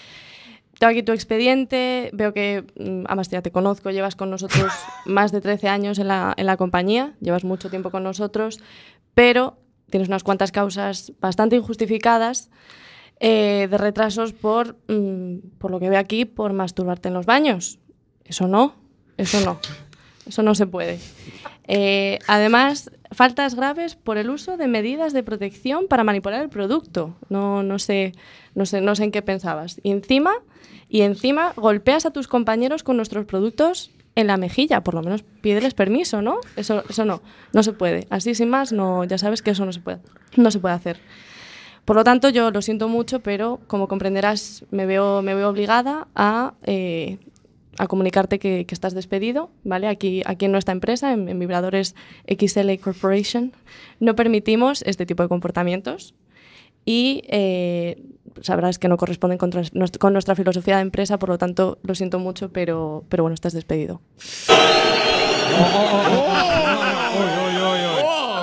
S6: Tengo aquí tu expediente, veo que, mm, además ya te conozco, llevas con nosotros más de 13 años en la, en la compañía, llevas mucho tiempo con nosotros, pero tienes unas cuantas causas bastante injustificadas eh, de retrasos por, mm, por lo que veo aquí, por masturbarte en los baños. Eso no, eso no, eso no se puede. Eh, además, faltas graves por el uso de medidas de protección para manipular el producto. No, no, sé, no, sé, no sé en qué pensabas. Y encima, y encima golpeas a tus compañeros con nuestros productos en la mejilla. Por lo menos pídeles permiso, ¿no? Eso, eso no, no se puede. Así sin más, no, ya sabes que eso no se puede, no se puede hacer. Por lo tanto, yo lo siento mucho, pero como comprenderás, me veo, me veo obligada a, eh, a comunicarte que, que estás despedido, ¿vale? Aquí, aquí en nuestra empresa, en, en Vibradores XL Corporation, no permitimos este tipo de comportamientos y eh, sabrás que no corresponden con, tras- nos- con nuestra filosofía de empresa, por lo tanto, lo siento mucho, pero, pero bueno, estás despedido.
S9: Oh.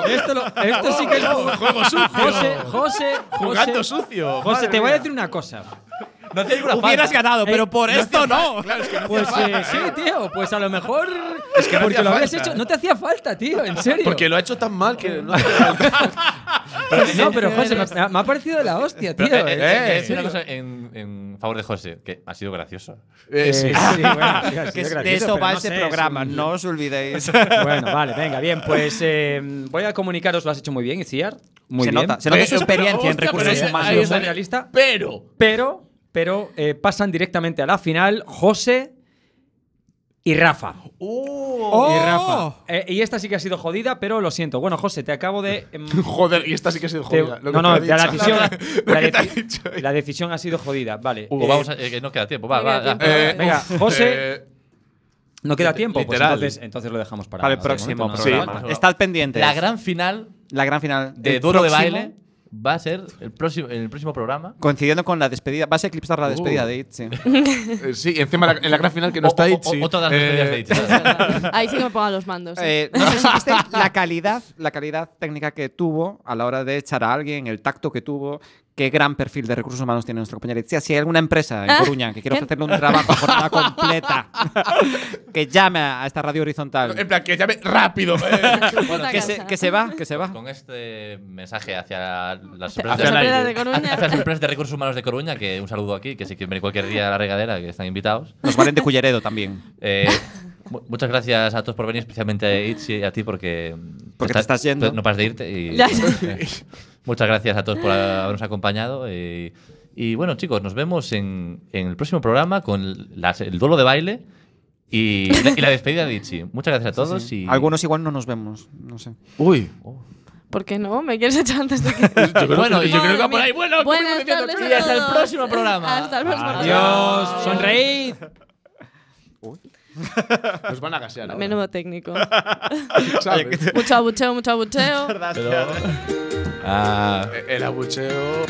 S4: Esto, lo- esto sí que es juego,
S9: sucio.
S4: José, José,
S9: Jugando
S4: José,
S9: sucio.
S4: José, te
S9: madre
S4: voy a
S9: mía.
S4: decir una cosa.
S9: Hubieras ganado,
S4: pero por
S9: esto Eh, no.
S4: Pues eh, sí, tío, pues a lo mejor.
S9: Es que no
S4: porque
S9: hacía
S4: lo habías
S9: falta.
S4: hecho. No te hacía falta, tío, en serio.
S5: Porque lo ha hecho tan mal que no.
S4: no, pero José, me, me ha parecido de la hostia, tío.
S2: Pero, eh, eh,
S9: eh,
S2: eh, una cosa en, en favor de José, que ha sido gracioso.
S4: Eh, sí, bueno, sí, ha sido
S3: Que de
S4: gracioso,
S3: eso
S4: pero
S3: va
S4: no
S3: este
S4: sé, es
S3: programa,
S4: un-
S3: no os olvidéis.
S4: Bueno, vale, venga, bien. Pues eh, voy a comunicaros, lo has hecho muy bien, Iciar. Muy
S3: se
S4: bien. Pues,
S3: nota, se nota su
S9: Pero, pero,
S3: experiencia en
S9: hostia, pero
S3: recursos
S9: ese-
S3: humanos.
S9: ahí está.
S4: Muy realista.
S9: Pero.
S4: Pero, pero eh, pasan directamente a la final José y Rafa.
S9: Oh.
S3: oh.
S5: Oh.
S4: Y Rafa. Eh, y esta sí que ha sido jodida, pero lo siento. Bueno, José, te acabo de. em,
S9: Joder, y esta sí que ha sido
S4: te-
S9: jodida. lo que
S4: no, no,
S9: te he
S4: ya la
S9: dicho.
S4: decisión.
S9: Lo
S4: La,
S9: que te he
S4: deci-
S9: dicho.
S4: la decisión ha sido jodida, vale.
S2: Hugo,
S4: Eh,
S2: vamos a, eh, que no queda tiempo. Va,
S6: no
S2: va,
S6: queda
S2: va.
S6: tiempo. Eh,
S4: venga, José,
S9: eh,
S4: no queda tiempo. Pues
S2: literal.
S4: entonces, entonces lo dejamos para,
S3: Para el
S4: de
S3: próximo
S4: momento no-
S3: programa.
S4: no-
S3: Estad pendientes.
S2: La gran final
S3: La gran final.
S2: de
S3: El
S2: Duro de
S3: próximo,
S2: Baile va a ser el próximo, en el próximo programa.
S3: Coincidiendo con la despedida. Vas a eclipsar la despedida
S2: Uh.
S3: de Itzy.
S9: eh, sí, encima la- en la gran final que no
S2: O-
S9: está Eh,
S2: o- o-
S9: Itchy.
S2: o todas las despedidas de Itchy, ¿sabes?
S6: Ahí sí que me pongan los mandos. ¿eh?
S3: Eh, no sé si viste la calidad, la calidad técnica que tuvo a la hora de echar a alguien, el tacto que tuvo, qué gran perfil de recursos humanos tiene nuestro compañero. Itzia. Si hay alguna empresa en
S6: Ah,
S3: Coruña que quiera
S6: ¿quién?
S3: ofrecerle un trabajo a jornada completa, que llame a esta radio horizontal.
S9: En plan, que llame rápido. eh.
S6: Puta
S3: Que se,
S6: casa.
S3: que se va, que se va.
S2: Con este mensaje hacia las
S6: Las
S2: empresas,
S6: empresas de Coruña.
S2: hacia las empresas de recursos humanos de Coruña, que un saludo aquí, que si quieren venir cualquier día a la regadera, que están invitados.
S3: Nos valen de Culleredo también.
S2: Eh, mu- muchas gracias a todos por venir, especialmente a Itzi y a ti porque... mm, pues,
S3: Porque te estás yendo.
S2: No paras de irte. y-
S6: Ya.
S2: eh, muchas gracias a todos por habernos acompañado. Y, y bueno, chicos, nos vemos en, en el próximo programa con las- el duelo de baile y, la, y la despedida de Itzi. Muchas gracias a todos y...
S3: Algunos igual no nos vemos, no sé.
S5: Uy.
S6: ¿Por qué no? ¿Me quieres echar antes de que.?
S2: Bueno, y yo creo que
S6: Madre
S2: va por ahí.
S6: mía.
S2: Bueno,
S6: Buenas
S2: diciendo
S6: tardes
S2: que- y
S6: a
S2: hasta el
S6: todos.
S2: próximo programa.
S6: Hasta el próximo
S4: Adiós,
S6: programa.
S4: sonreíd.
S9: Nos van a gasear. ahora,
S6: Menudo técnico.
S9: ¿sabes?
S6: Mucho abucheo, mucho abucheo.
S2: Ah.
S9: Eh, El abucheo.